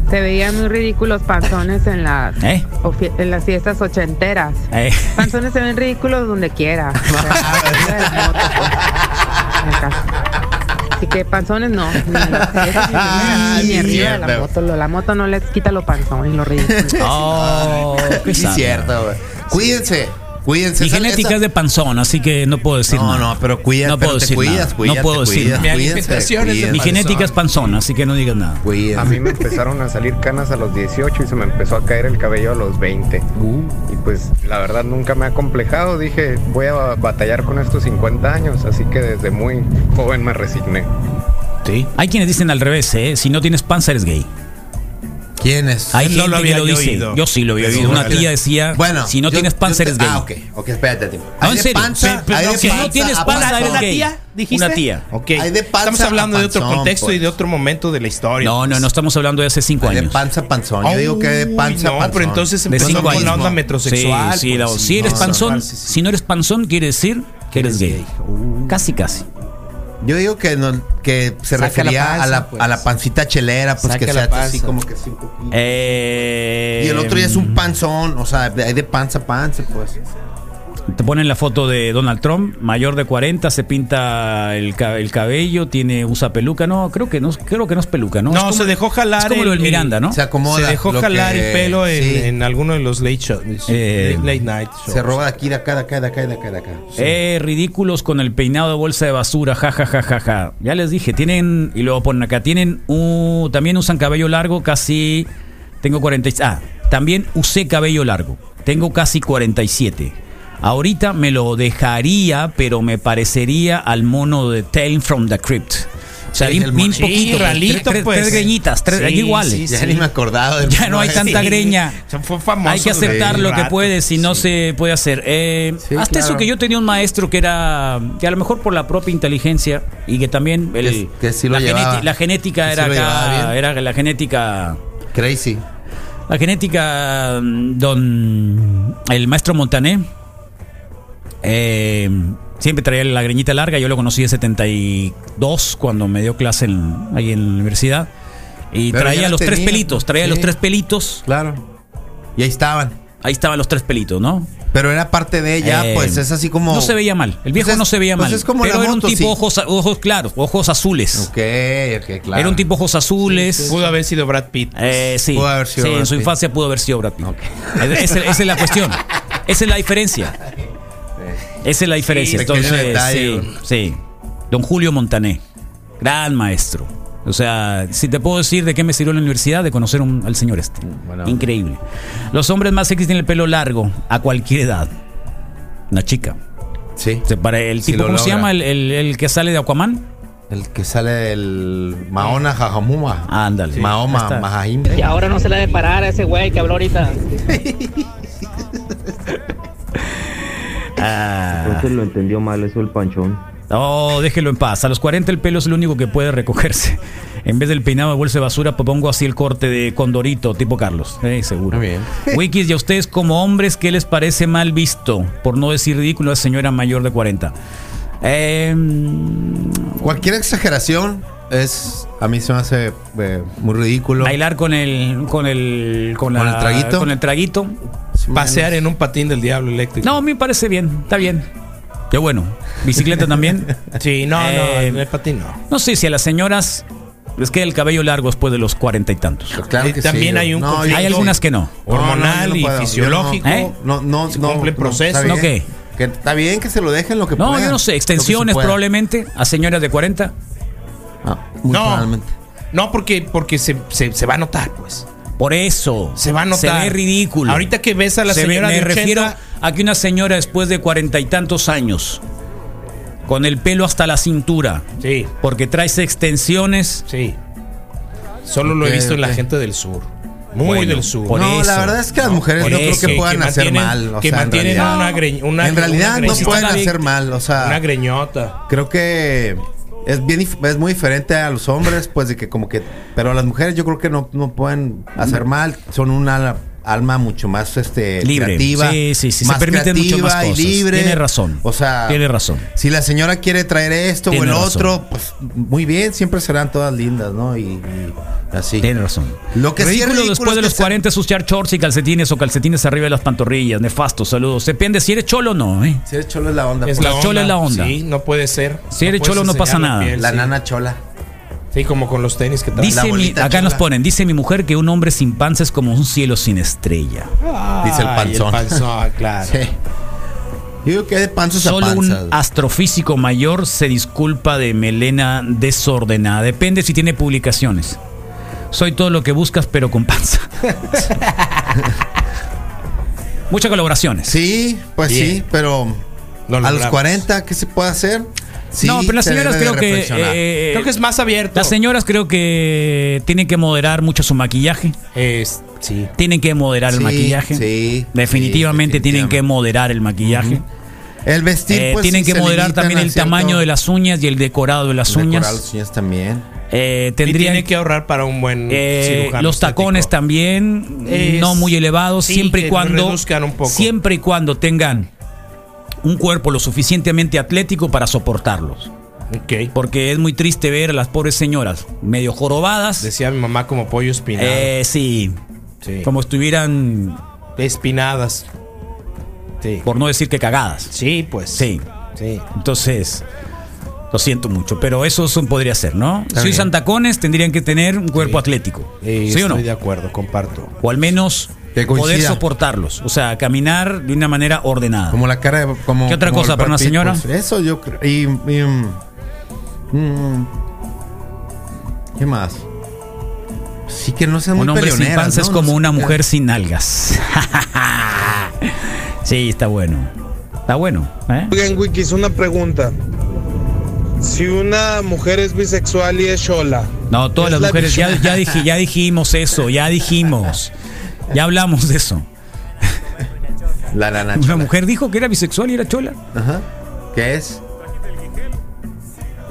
[SPEAKER 10] se veían muy ridículos panzones en las,
[SPEAKER 1] ¿Eh?
[SPEAKER 10] o fie- en las fiestas ochenteras.
[SPEAKER 3] [LAUGHS]
[SPEAKER 1] Eh,
[SPEAKER 10] Panzones se ven ridículos donde quiera. O sea, pues, en la moto, pues. Así que panzones no, ni, en las fiestas, ni nada, ni
[SPEAKER 3] Sí,
[SPEAKER 10] arriba de la
[SPEAKER 3] cierto.
[SPEAKER 10] moto. lo- La moto no les quita los panzones y los ridículos.
[SPEAKER 1] Oh, [LAUGHS] qué
[SPEAKER 3] Sí,
[SPEAKER 1] sabio.
[SPEAKER 3] cierto, güey. Cuídense, cuídense.
[SPEAKER 1] Mi
[SPEAKER 3] Esa-
[SPEAKER 1] genética
[SPEAKER 3] esa-
[SPEAKER 1] es de panzón, así que no puedo decir
[SPEAKER 3] No,
[SPEAKER 1] nada.
[SPEAKER 3] no, pero cuida-
[SPEAKER 1] No
[SPEAKER 3] pero
[SPEAKER 1] puedo
[SPEAKER 3] te
[SPEAKER 1] decir
[SPEAKER 3] cuidas,
[SPEAKER 1] nada.
[SPEAKER 3] cuídate,
[SPEAKER 1] no puedo decir
[SPEAKER 3] cuídate,
[SPEAKER 1] nada.
[SPEAKER 3] cuídate.
[SPEAKER 1] Mi genética es panzón, así que no digas nada.
[SPEAKER 3] Cuídense.
[SPEAKER 5] A mí me empezaron a salir canas a los 18 y se me empezó a caer el cabello a los 20. Y pues la verdad nunca me ha complejado. Dije, voy a batallar con estos 50 años. Así que desde muy joven me resigné.
[SPEAKER 2] Sí.
[SPEAKER 1] Hay quienes dicen al revés, ¿eh? Si no tienes panza, eres gay.
[SPEAKER 3] ¿Quién es?
[SPEAKER 1] Hay
[SPEAKER 2] No
[SPEAKER 1] gente
[SPEAKER 2] lo
[SPEAKER 1] que
[SPEAKER 2] había
[SPEAKER 1] lo
[SPEAKER 2] yo
[SPEAKER 1] dice.
[SPEAKER 2] oído.
[SPEAKER 1] Yo sí lo había oído. Una
[SPEAKER 2] Órale.
[SPEAKER 1] tía decía,
[SPEAKER 3] Bueno,
[SPEAKER 1] si no
[SPEAKER 3] yo-
[SPEAKER 1] tienes panza,
[SPEAKER 3] yo-
[SPEAKER 1] eres gay.
[SPEAKER 3] Ah, ok, ok, espérate. Tipo.
[SPEAKER 1] No,
[SPEAKER 3] Hay
[SPEAKER 1] en
[SPEAKER 3] de
[SPEAKER 1] serio.
[SPEAKER 3] panza,
[SPEAKER 2] Pe- pe-
[SPEAKER 3] hay
[SPEAKER 2] no,
[SPEAKER 3] de
[SPEAKER 1] si no
[SPEAKER 3] panza
[SPEAKER 1] tienes
[SPEAKER 3] a
[SPEAKER 1] panza,
[SPEAKER 3] panzón.
[SPEAKER 1] eres gay. Una tía.
[SPEAKER 2] Ok.
[SPEAKER 3] Hay de panza
[SPEAKER 2] Estamos hablando
[SPEAKER 3] a
[SPEAKER 2] de otro
[SPEAKER 3] panzón,
[SPEAKER 2] contexto y
[SPEAKER 3] pues.
[SPEAKER 2] de otro momento de la historia.
[SPEAKER 1] No, no, no estamos hablando de hace cinco
[SPEAKER 3] Hay de
[SPEAKER 1] años.
[SPEAKER 3] panza a panzón. Yo digo que hay de
[SPEAKER 2] Uy,
[SPEAKER 3] panza a
[SPEAKER 2] No,
[SPEAKER 3] panzón.
[SPEAKER 2] pero entonces
[SPEAKER 1] De
[SPEAKER 2] empezó
[SPEAKER 1] cinco
[SPEAKER 2] con la
[SPEAKER 1] años.
[SPEAKER 2] onda metrosexual.
[SPEAKER 1] Sí, sí,
[SPEAKER 2] pues,
[SPEAKER 1] la-
[SPEAKER 2] sí,
[SPEAKER 1] si eres
[SPEAKER 2] no,
[SPEAKER 1] panzón,
[SPEAKER 2] sí, sí.
[SPEAKER 1] si no eres panzón, quiere decir que eres gay. Casi, casi.
[SPEAKER 3] Yo digo que, no- que se
[SPEAKER 4] Saca
[SPEAKER 3] refería
[SPEAKER 4] la panza,
[SPEAKER 3] a, la,
[SPEAKER 4] pues.
[SPEAKER 3] a la pancita chelera, pues
[SPEAKER 4] Saca
[SPEAKER 3] que
[SPEAKER 4] la
[SPEAKER 3] sea
[SPEAKER 4] panza.
[SPEAKER 3] así como que así un poquito.
[SPEAKER 1] Eh,
[SPEAKER 3] y el otro ya es un panzón, o sea, de- hay de panza a panza, pues.
[SPEAKER 1] Te ponen la foto de Donald Trump, mayor de 40, se pinta el, ca- el cabello, tiene usa peluca. No, creo que no, creo que no es peluca, ¿no?
[SPEAKER 2] No,
[SPEAKER 1] Es como-
[SPEAKER 2] se dejó jalar
[SPEAKER 1] Es como lo del
[SPEAKER 2] el-
[SPEAKER 1] Miranda, ¿no?
[SPEAKER 3] Se acomoda.
[SPEAKER 2] Se dejó
[SPEAKER 3] lo
[SPEAKER 2] jalar
[SPEAKER 3] que-
[SPEAKER 2] el pelo en,
[SPEAKER 3] sí.
[SPEAKER 2] en alguno de los late shows.
[SPEAKER 1] Eh,
[SPEAKER 2] late night shows.
[SPEAKER 3] Se roba de aquí, de acá, de acá, de acá, de acá, de acá.
[SPEAKER 1] Eh, ridículos con el peinado de bolsa de basura, ja, ja, ja, ja, ja. Ya les dije, tienen, y luego ponen acá, tienen, un- también usan cabello largo, casi, tengo 46, ah, también usé cabello largo, tengo casi 47. Ahorita me lo dejaría, pero me parecería al mono de Tale from the Crypt. O sea,
[SPEAKER 3] Sí,
[SPEAKER 1] bien,
[SPEAKER 3] el
[SPEAKER 1] bien
[SPEAKER 3] monito.
[SPEAKER 1] poquito,
[SPEAKER 2] Sí,
[SPEAKER 1] pues,
[SPEAKER 2] ralito,
[SPEAKER 1] tres- tres,
[SPEAKER 2] pues.
[SPEAKER 1] tres greñitas, tres
[SPEAKER 2] Sí,
[SPEAKER 1] iguales.
[SPEAKER 2] sí,
[SPEAKER 3] ya
[SPEAKER 2] sí.
[SPEAKER 3] ni me acordaba del
[SPEAKER 1] Ya no
[SPEAKER 3] [LAUGHS]
[SPEAKER 1] hay tanta
[SPEAKER 2] Sí.
[SPEAKER 1] greña.
[SPEAKER 2] Se fue famoso
[SPEAKER 1] Hay que aceptar
[SPEAKER 2] durante
[SPEAKER 1] lo
[SPEAKER 2] un
[SPEAKER 1] que
[SPEAKER 2] rato.
[SPEAKER 1] puedes si no
[SPEAKER 2] Sí.
[SPEAKER 1] se puede hacer. Eh,
[SPEAKER 3] Sí,
[SPEAKER 1] hasta eso
[SPEAKER 3] claro.
[SPEAKER 1] que yo tenía un maestro que era, que a lo mejor por la propia inteligencia y que también el-
[SPEAKER 3] Que- que sí lo
[SPEAKER 1] la,
[SPEAKER 3] llevaba.
[SPEAKER 1] la genética
[SPEAKER 3] Que sí
[SPEAKER 1] era
[SPEAKER 3] lo llevaba
[SPEAKER 1] acá,
[SPEAKER 3] bien.
[SPEAKER 1] era la genética,
[SPEAKER 3] Crazy.
[SPEAKER 1] la genética mm, don el maestro Montané. eh, siempre traía la greñita larga. Yo lo conocí en 72 cuando me dio clase en- ahí en la universidad y
[SPEAKER 3] Pero ya
[SPEAKER 1] traía
[SPEAKER 3] la
[SPEAKER 1] los tres
[SPEAKER 3] tenía.
[SPEAKER 1] pelitos, traía
[SPEAKER 3] Sí.
[SPEAKER 1] los tres pelitos.
[SPEAKER 3] Claro. Y ahí estaban.
[SPEAKER 1] Ahí estaban los tres pelitos, ¿no?
[SPEAKER 3] Pero era parte de ella,
[SPEAKER 1] Eh,
[SPEAKER 3] pues es así como.
[SPEAKER 1] No se veía mal. El viejo
[SPEAKER 3] Pues es-
[SPEAKER 1] no se veía
[SPEAKER 3] pues
[SPEAKER 1] mal.
[SPEAKER 3] es como
[SPEAKER 1] pero
[SPEAKER 3] la
[SPEAKER 1] era
[SPEAKER 3] moto,
[SPEAKER 1] un tipo
[SPEAKER 3] sí.
[SPEAKER 1] ojos, ojos claros, ojos azules.
[SPEAKER 3] Ok, ok, claro.
[SPEAKER 1] Era un tipo ojos azules. Eh, Sí,
[SPEAKER 2] Pudo haber sido Brad Pitt.
[SPEAKER 3] Pudo haber sido
[SPEAKER 1] Sí, en
[SPEAKER 3] Brad
[SPEAKER 1] su
[SPEAKER 3] Pitt.
[SPEAKER 1] infancia pudo haber sido Brad Pitt. Esa, esa es la cuestión. Esa es la diferencia. Esa es la diferencia.
[SPEAKER 3] Sí, pequeño
[SPEAKER 1] Entonces,
[SPEAKER 3] detalle.
[SPEAKER 1] sí, sí. Don Julio Montané, gran maestro. O sea, si te puedo decir de qué me sirvió la universidad, de conocer un- al señor este.
[SPEAKER 3] Mm, buena onda.
[SPEAKER 1] Increíble. Los hombres más sexy tienen el pelo largo a cualquier edad. Una chica.
[SPEAKER 3] Sí.
[SPEAKER 1] Se para el
[SPEAKER 3] Si
[SPEAKER 1] tipo,
[SPEAKER 3] lo
[SPEAKER 1] ¿cómo se
[SPEAKER 3] logra.
[SPEAKER 1] llama? El, el- el que sale de Aquaman.
[SPEAKER 3] El que sale del Mahona Jajamuma.
[SPEAKER 1] Ándale. Ah, Ahí
[SPEAKER 3] Mahoma,
[SPEAKER 1] está.
[SPEAKER 3] Mahahim.
[SPEAKER 9] Y ahora no se la de parar a ese güey que habló ahorita.
[SPEAKER 1] Ah.
[SPEAKER 6] Entonces lo entendió mal eso el panchón.
[SPEAKER 1] Oh, déjelo en paz. A los 40 el pelo es lo único que puede recogerse. [LAUGHS] En vez del peinado de bolsa de basura, pongo así el corte de Condorito, tipo Carlos. Eh, seguro.
[SPEAKER 3] Muy bien.
[SPEAKER 1] Wikis, y a ustedes como hombres, ¿qué les parece mal visto? Por no decir ridículo, a esa señora mayor de 40. Eh,
[SPEAKER 3] Cualquier exageración es. A mí se me hace eh, muy ridículo.
[SPEAKER 1] bailar con el con el con,
[SPEAKER 3] ¿Con
[SPEAKER 1] la-
[SPEAKER 3] el traguito?
[SPEAKER 1] con el traguito.
[SPEAKER 2] Pasear en un patín del diablo eléctrico.
[SPEAKER 1] No, me parece bien, está bien. Qué bueno. Bicicleta
[SPEAKER 3] [LAUGHS]
[SPEAKER 1] también.
[SPEAKER 2] Sí, no,
[SPEAKER 1] Eh,
[SPEAKER 2] no, el patín no.
[SPEAKER 1] No sé si a las señoras les queda el cabello largo después de los cuarenta y tantos.
[SPEAKER 3] Pues Claro
[SPEAKER 2] Eh,
[SPEAKER 3] que sí,
[SPEAKER 2] también hay
[SPEAKER 3] yo-
[SPEAKER 2] un
[SPEAKER 3] yo
[SPEAKER 2] conflicto.
[SPEAKER 1] Hay algunas que no.
[SPEAKER 2] Hormonal
[SPEAKER 3] yo
[SPEAKER 2] y
[SPEAKER 3] yo
[SPEAKER 2] fisiológico.
[SPEAKER 1] ¿Eh?
[SPEAKER 3] No, no,
[SPEAKER 2] Se
[SPEAKER 3] no.
[SPEAKER 2] cumple proceso.
[SPEAKER 3] está
[SPEAKER 1] ¿No
[SPEAKER 3] bien.
[SPEAKER 1] qué?
[SPEAKER 3] Que está bien que se lo dejen lo que
[SPEAKER 1] No,
[SPEAKER 3] puedan,
[SPEAKER 1] yo no
[SPEAKER 3] lo
[SPEAKER 1] sé.
[SPEAKER 3] que se
[SPEAKER 1] Extensiones
[SPEAKER 3] pueda.
[SPEAKER 1] probablemente a señoras de 40.
[SPEAKER 3] Ah, muy
[SPEAKER 2] No.
[SPEAKER 3] probablemente.
[SPEAKER 2] No, porque, porque se, se, se va a notar, pues.
[SPEAKER 1] Por eso.
[SPEAKER 2] Se va a notar.
[SPEAKER 1] Se ve ridículo.
[SPEAKER 2] Ahorita que ves a la
[SPEAKER 1] Se ve-
[SPEAKER 2] señora
[SPEAKER 1] Me
[SPEAKER 2] de 80,
[SPEAKER 1] refiero a que una señora después de cuarenta y tantos años, con el pelo hasta la cintura,
[SPEAKER 2] Sí,
[SPEAKER 1] porque traes extensiones.
[SPEAKER 2] sí. Solo lo
[SPEAKER 3] Ok,
[SPEAKER 2] he visto en la
[SPEAKER 3] ok.
[SPEAKER 2] gente del sur. Muy
[SPEAKER 1] Bueno,
[SPEAKER 2] del sur.
[SPEAKER 1] por
[SPEAKER 3] no,
[SPEAKER 1] eso.
[SPEAKER 3] la verdad es que las mujeres
[SPEAKER 1] por
[SPEAKER 3] no creo
[SPEAKER 1] eso.
[SPEAKER 3] que puedan
[SPEAKER 2] Que
[SPEAKER 3] hacer
[SPEAKER 2] mantienen-
[SPEAKER 3] mal. o
[SPEAKER 2] que
[SPEAKER 3] sea, en
[SPEAKER 2] mantienen
[SPEAKER 3] realidad.
[SPEAKER 2] una greñ- una-
[SPEAKER 3] En realidad
[SPEAKER 2] una
[SPEAKER 3] no
[SPEAKER 2] greñota.
[SPEAKER 3] pueden hacer mal. O sea,
[SPEAKER 2] Una greñota.
[SPEAKER 3] creo que es bien dif- es muy diferente a los hombres, pues de que como que pero las mujeres yo creo que no, no pueden hacer mal, son una ala- alma mucho más este
[SPEAKER 1] Libre.
[SPEAKER 3] creativa,
[SPEAKER 1] Sí, sí, sí, se
[SPEAKER 3] más
[SPEAKER 1] permiten mucho
[SPEAKER 3] creativa
[SPEAKER 1] más
[SPEAKER 3] y
[SPEAKER 1] cosas.
[SPEAKER 3] libre.
[SPEAKER 1] Tiene razón.
[SPEAKER 3] O sea,
[SPEAKER 1] Tiene razón.
[SPEAKER 3] si la señora quiere traer esto
[SPEAKER 1] Tiene
[SPEAKER 3] o el
[SPEAKER 1] razón.
[SPEAKER 3] otro, pues muy bien, siempre serán todas lindas, ¿no? Y, y así.
[SPEAKER 1] Tiene razón.
[SPEAKER 3] Lo que sí es
[SPEAKER 1] ridículo,
[SPEAKER 3] ridículo
[SPEAKER 1] después
[SPEAKER 3] es
[SPEAKER 1] de
[SPEAKER 3] que
[SPEAKER 1] los
[SPEAKER 3] se-
[SPEAKER 1] 40 es usar shorts y calcetines o calcetines arriba de las pantorrillas. Nefasto, saludos. Depende si eres cholo o no, ¿eh?
[SPEAKER 3] Si eres cholo es la onda.
[SPEAKER 2] Es
[SPEAKER 3] pues.
[SPEAKER 1] la chola es la onda.
[SPEAKER 2] Sí, no puede ser.
[SPEAKER 1] Si eres
[SPEAKER 2] puedes
[SPEAKER 1] cholo, no
[SPEAKER 2] enseñar
[SPEAKER 1] pasa
[SPEAKER 2] la
[SPEAKER 1] nada.
[SPEAKER 2] piel,
[SPEAKER 3] la
[SPEAKER 2] sí.
[SPEAKER 3] nana chola.
[SPEAKER 2] Sí, como con los tenis que trae.
[SPEAKER 1] Dice mi-
[SPEAKER 3] bolita
[SPEAKER 1] acá
[SPEAKER 3] chula.
[SPEAKER 1] nos ponen, dice mi mujer que un hombre sin panza es como un cielo sin estrella.
[SPEAKER 3] dice el
[SPEAKER 1] Ah,
[SPEAKER 3] panzón.
[SPEAKER 2] Ah, El panzón, claro.
[SPEAKER 3] Sí. Yo digo que es de panzas a
[SPEAKER 1] Solo un
[SPEAKER 3] panzas.
[SPEAKER 1] astrofísico mayor se disculpa de melena desordenada. Depende si tiene publicaciones. Soy todo lo que buscas, pero con
[SPEAKER 3] [LAUGHS]
[SPEAKER 1] panza. Muchas colaboraciones.
[SPEAKER 3] Sí, pues
[SPEAKER 2] Bien.
[SPEAKER 3] sí, pero
[SPEAKER 2] Lo
[SPEAKER 3] a los
[SPEAKER 2] logramos.
[SPEAKER 3] 40, ¿qué se puede hacer? Sí,
[SPEAKER 1] no, pero las
[SPEAKER 3] se
[SPEAKER 1] señoras
[SPEAKER 3] debe de
[SPEAKER 1] creo que,
[SPEAKER 3] reflexionar.
[SPEAKER 1] eh,
[SPEAKER 2] Creo que es más abierto.
[SPEAKER 1] Las señoras creo que tienen que moderar mucho su maquillaje.
[SPEAKER 2] Es- sí.
[SPEAKER 1] Tienen que moderar el
[SPEAKER 3] Sí,
[SPEAKER 1] maquillaje.
[SPEAKER 3] sí,
[SPEAKER 1] definitivamente
[SPEAKER 3] sí,
[SPEAKER 1] tienen que
[SPEAKER 3] definitivamente.
[SPEAKER 1] moderar el maquillaje.
[SPEAKER 3] el vestir,
[SPEAKER 1] Eh,
[SPEAKER 3] pues,
[SPEAKER 1] tienen
[SPEAKER 3] sí,
[SPEAKER 1] que
[SPEAKER 3] se
[SPEAKER 1] moderar
[SPEAKER 3] limitan
[SPEAKER 1] también
[SPEAKER 3] a
[SPEAKER 1] el
[SPEAKER 3] cierto-
[SPEAKER 1] tamaño de las uñas y el decorado de las
[SPEAKER 3] decorar
[SPEAKER 1] uñas.
[SPEAKER 3] las uñas también.
[SPEAKER 1] Eh,
[SPEAKER 2] Y
[SPEAKER 1] tendrían
[SPEAKER 2] tiene que ahorrar para un buen
[SPEAKER 1] eh,
[SPEAKER 2] cirujano
[SPEAKER 1] los tacones
[SPEAKER 2] estético.
[SPEAKER 1] también
[SPEAKER 2] Es-
[SPEAKER 1] no muy elevados,
[SPEAKER 2] sí,
[SPEAKER 1] siempre y
[SPEAKER 2] que
[SPEAKER 1] cuando
[SPEAKER 2] reduzcan un poco.
[SPEAKER 1] siempre y cuando tengan un cuerpo lo suficientemente atlético para soportarlos,
[SPEAKER 2] Ok.
[SPEAKER 1] porque es muy triste ver a las pobres señoras medio jorobadas.
[SPEAKER 2] Decía mi mamá como pollo espinado.
[SPEAKER 1] Eh, sí,
[SPEAKER 2] sí.
[SPEAKER 1] Eh, como estuvieran,
[SPEAKER 2] Espinadas. Sí.
[SPEAKER 1] por no decir que cagadas.
[SPEAKER 2] Sí, pues.
[SPEAKER 1] Sí.
[SPEAKER 2] Sí.
[SPEAKER 1] Entonces, lo siento mucho, pero eso son- podría ser, ¿no?
[SPEAKER 2] Está
[SPEAKER 1] si
[SPEAKER 2] bien.
[SPEAKER 1] usan tacones, tendrían que tener un cuerpo atlético.
[SPEAKER 2] Eh,
[SPEAKER 1] ¿Sí
[SPEAKER 2] estoy
[SPEAKER 1] o no?
[SPEAKER 2] de acuerdo, comparto.
[SPEAKER 1] O al menos
[SPEAKER 3] Que coincida.
[SPEAKER 1] poder soportarlos. O sea, caminar de una manera ordenada.
[SPEAKER 3] Como la cara de. Como,
[SPEAKER 1] ¿Qué otra
[SPEAKER 3] como
[SPEAKER 1] cosa
[SPEAKER 3] el
[SPEAKER 1] para una
[SPEAKER 3] Brad Pitt,
[SPEAKER 1] señora?
[SPEAKER 3] pues, eso yo creo. Y. y, mm, mm, ¿Qué más? Sí, que no sean muy
[SPEAKER 1] un hombre sin
[SPEAKER 3] peleoneras,
[SPEAKER 1] panza
[SPEAKER 3] ¿no?
[SPEAKER 1] es
[SPEAKER 3] No
[SPEAKER 1] como
[SPEAKER 3] sé
[SPEAKER 1] una
[SPEAKER 3] qué-
[SPEAKER 1] mujer sin algas. [LAUGHS] sí, está bueno. Está bueno. ¿eh?
[SPEAKER 11] Oigan, Wikis, una pregunta. Si una mujer es bisexual y es chola.
[SPEAKER 1] No, todas
[SPEAKER 11] es
[SPEAKER 1] las
[SPEAKER 11] la
[SPEAKER 1] mujeres, ya,
[SPEAKER 11] bicho-
[SPEAKER 1] ya, dije, ya dijimos eso, ya dijimos. Ya hablamos de eso.
[SPEAKER 3] La nana
[SPEAKER 1] Una [LAUGHS]
[SPEAKER 3] chola.
[SPEAKER 1] mujer dijo que era bisexual y era chola.
[SPEAKER 3] Ajá. ¿Qué es?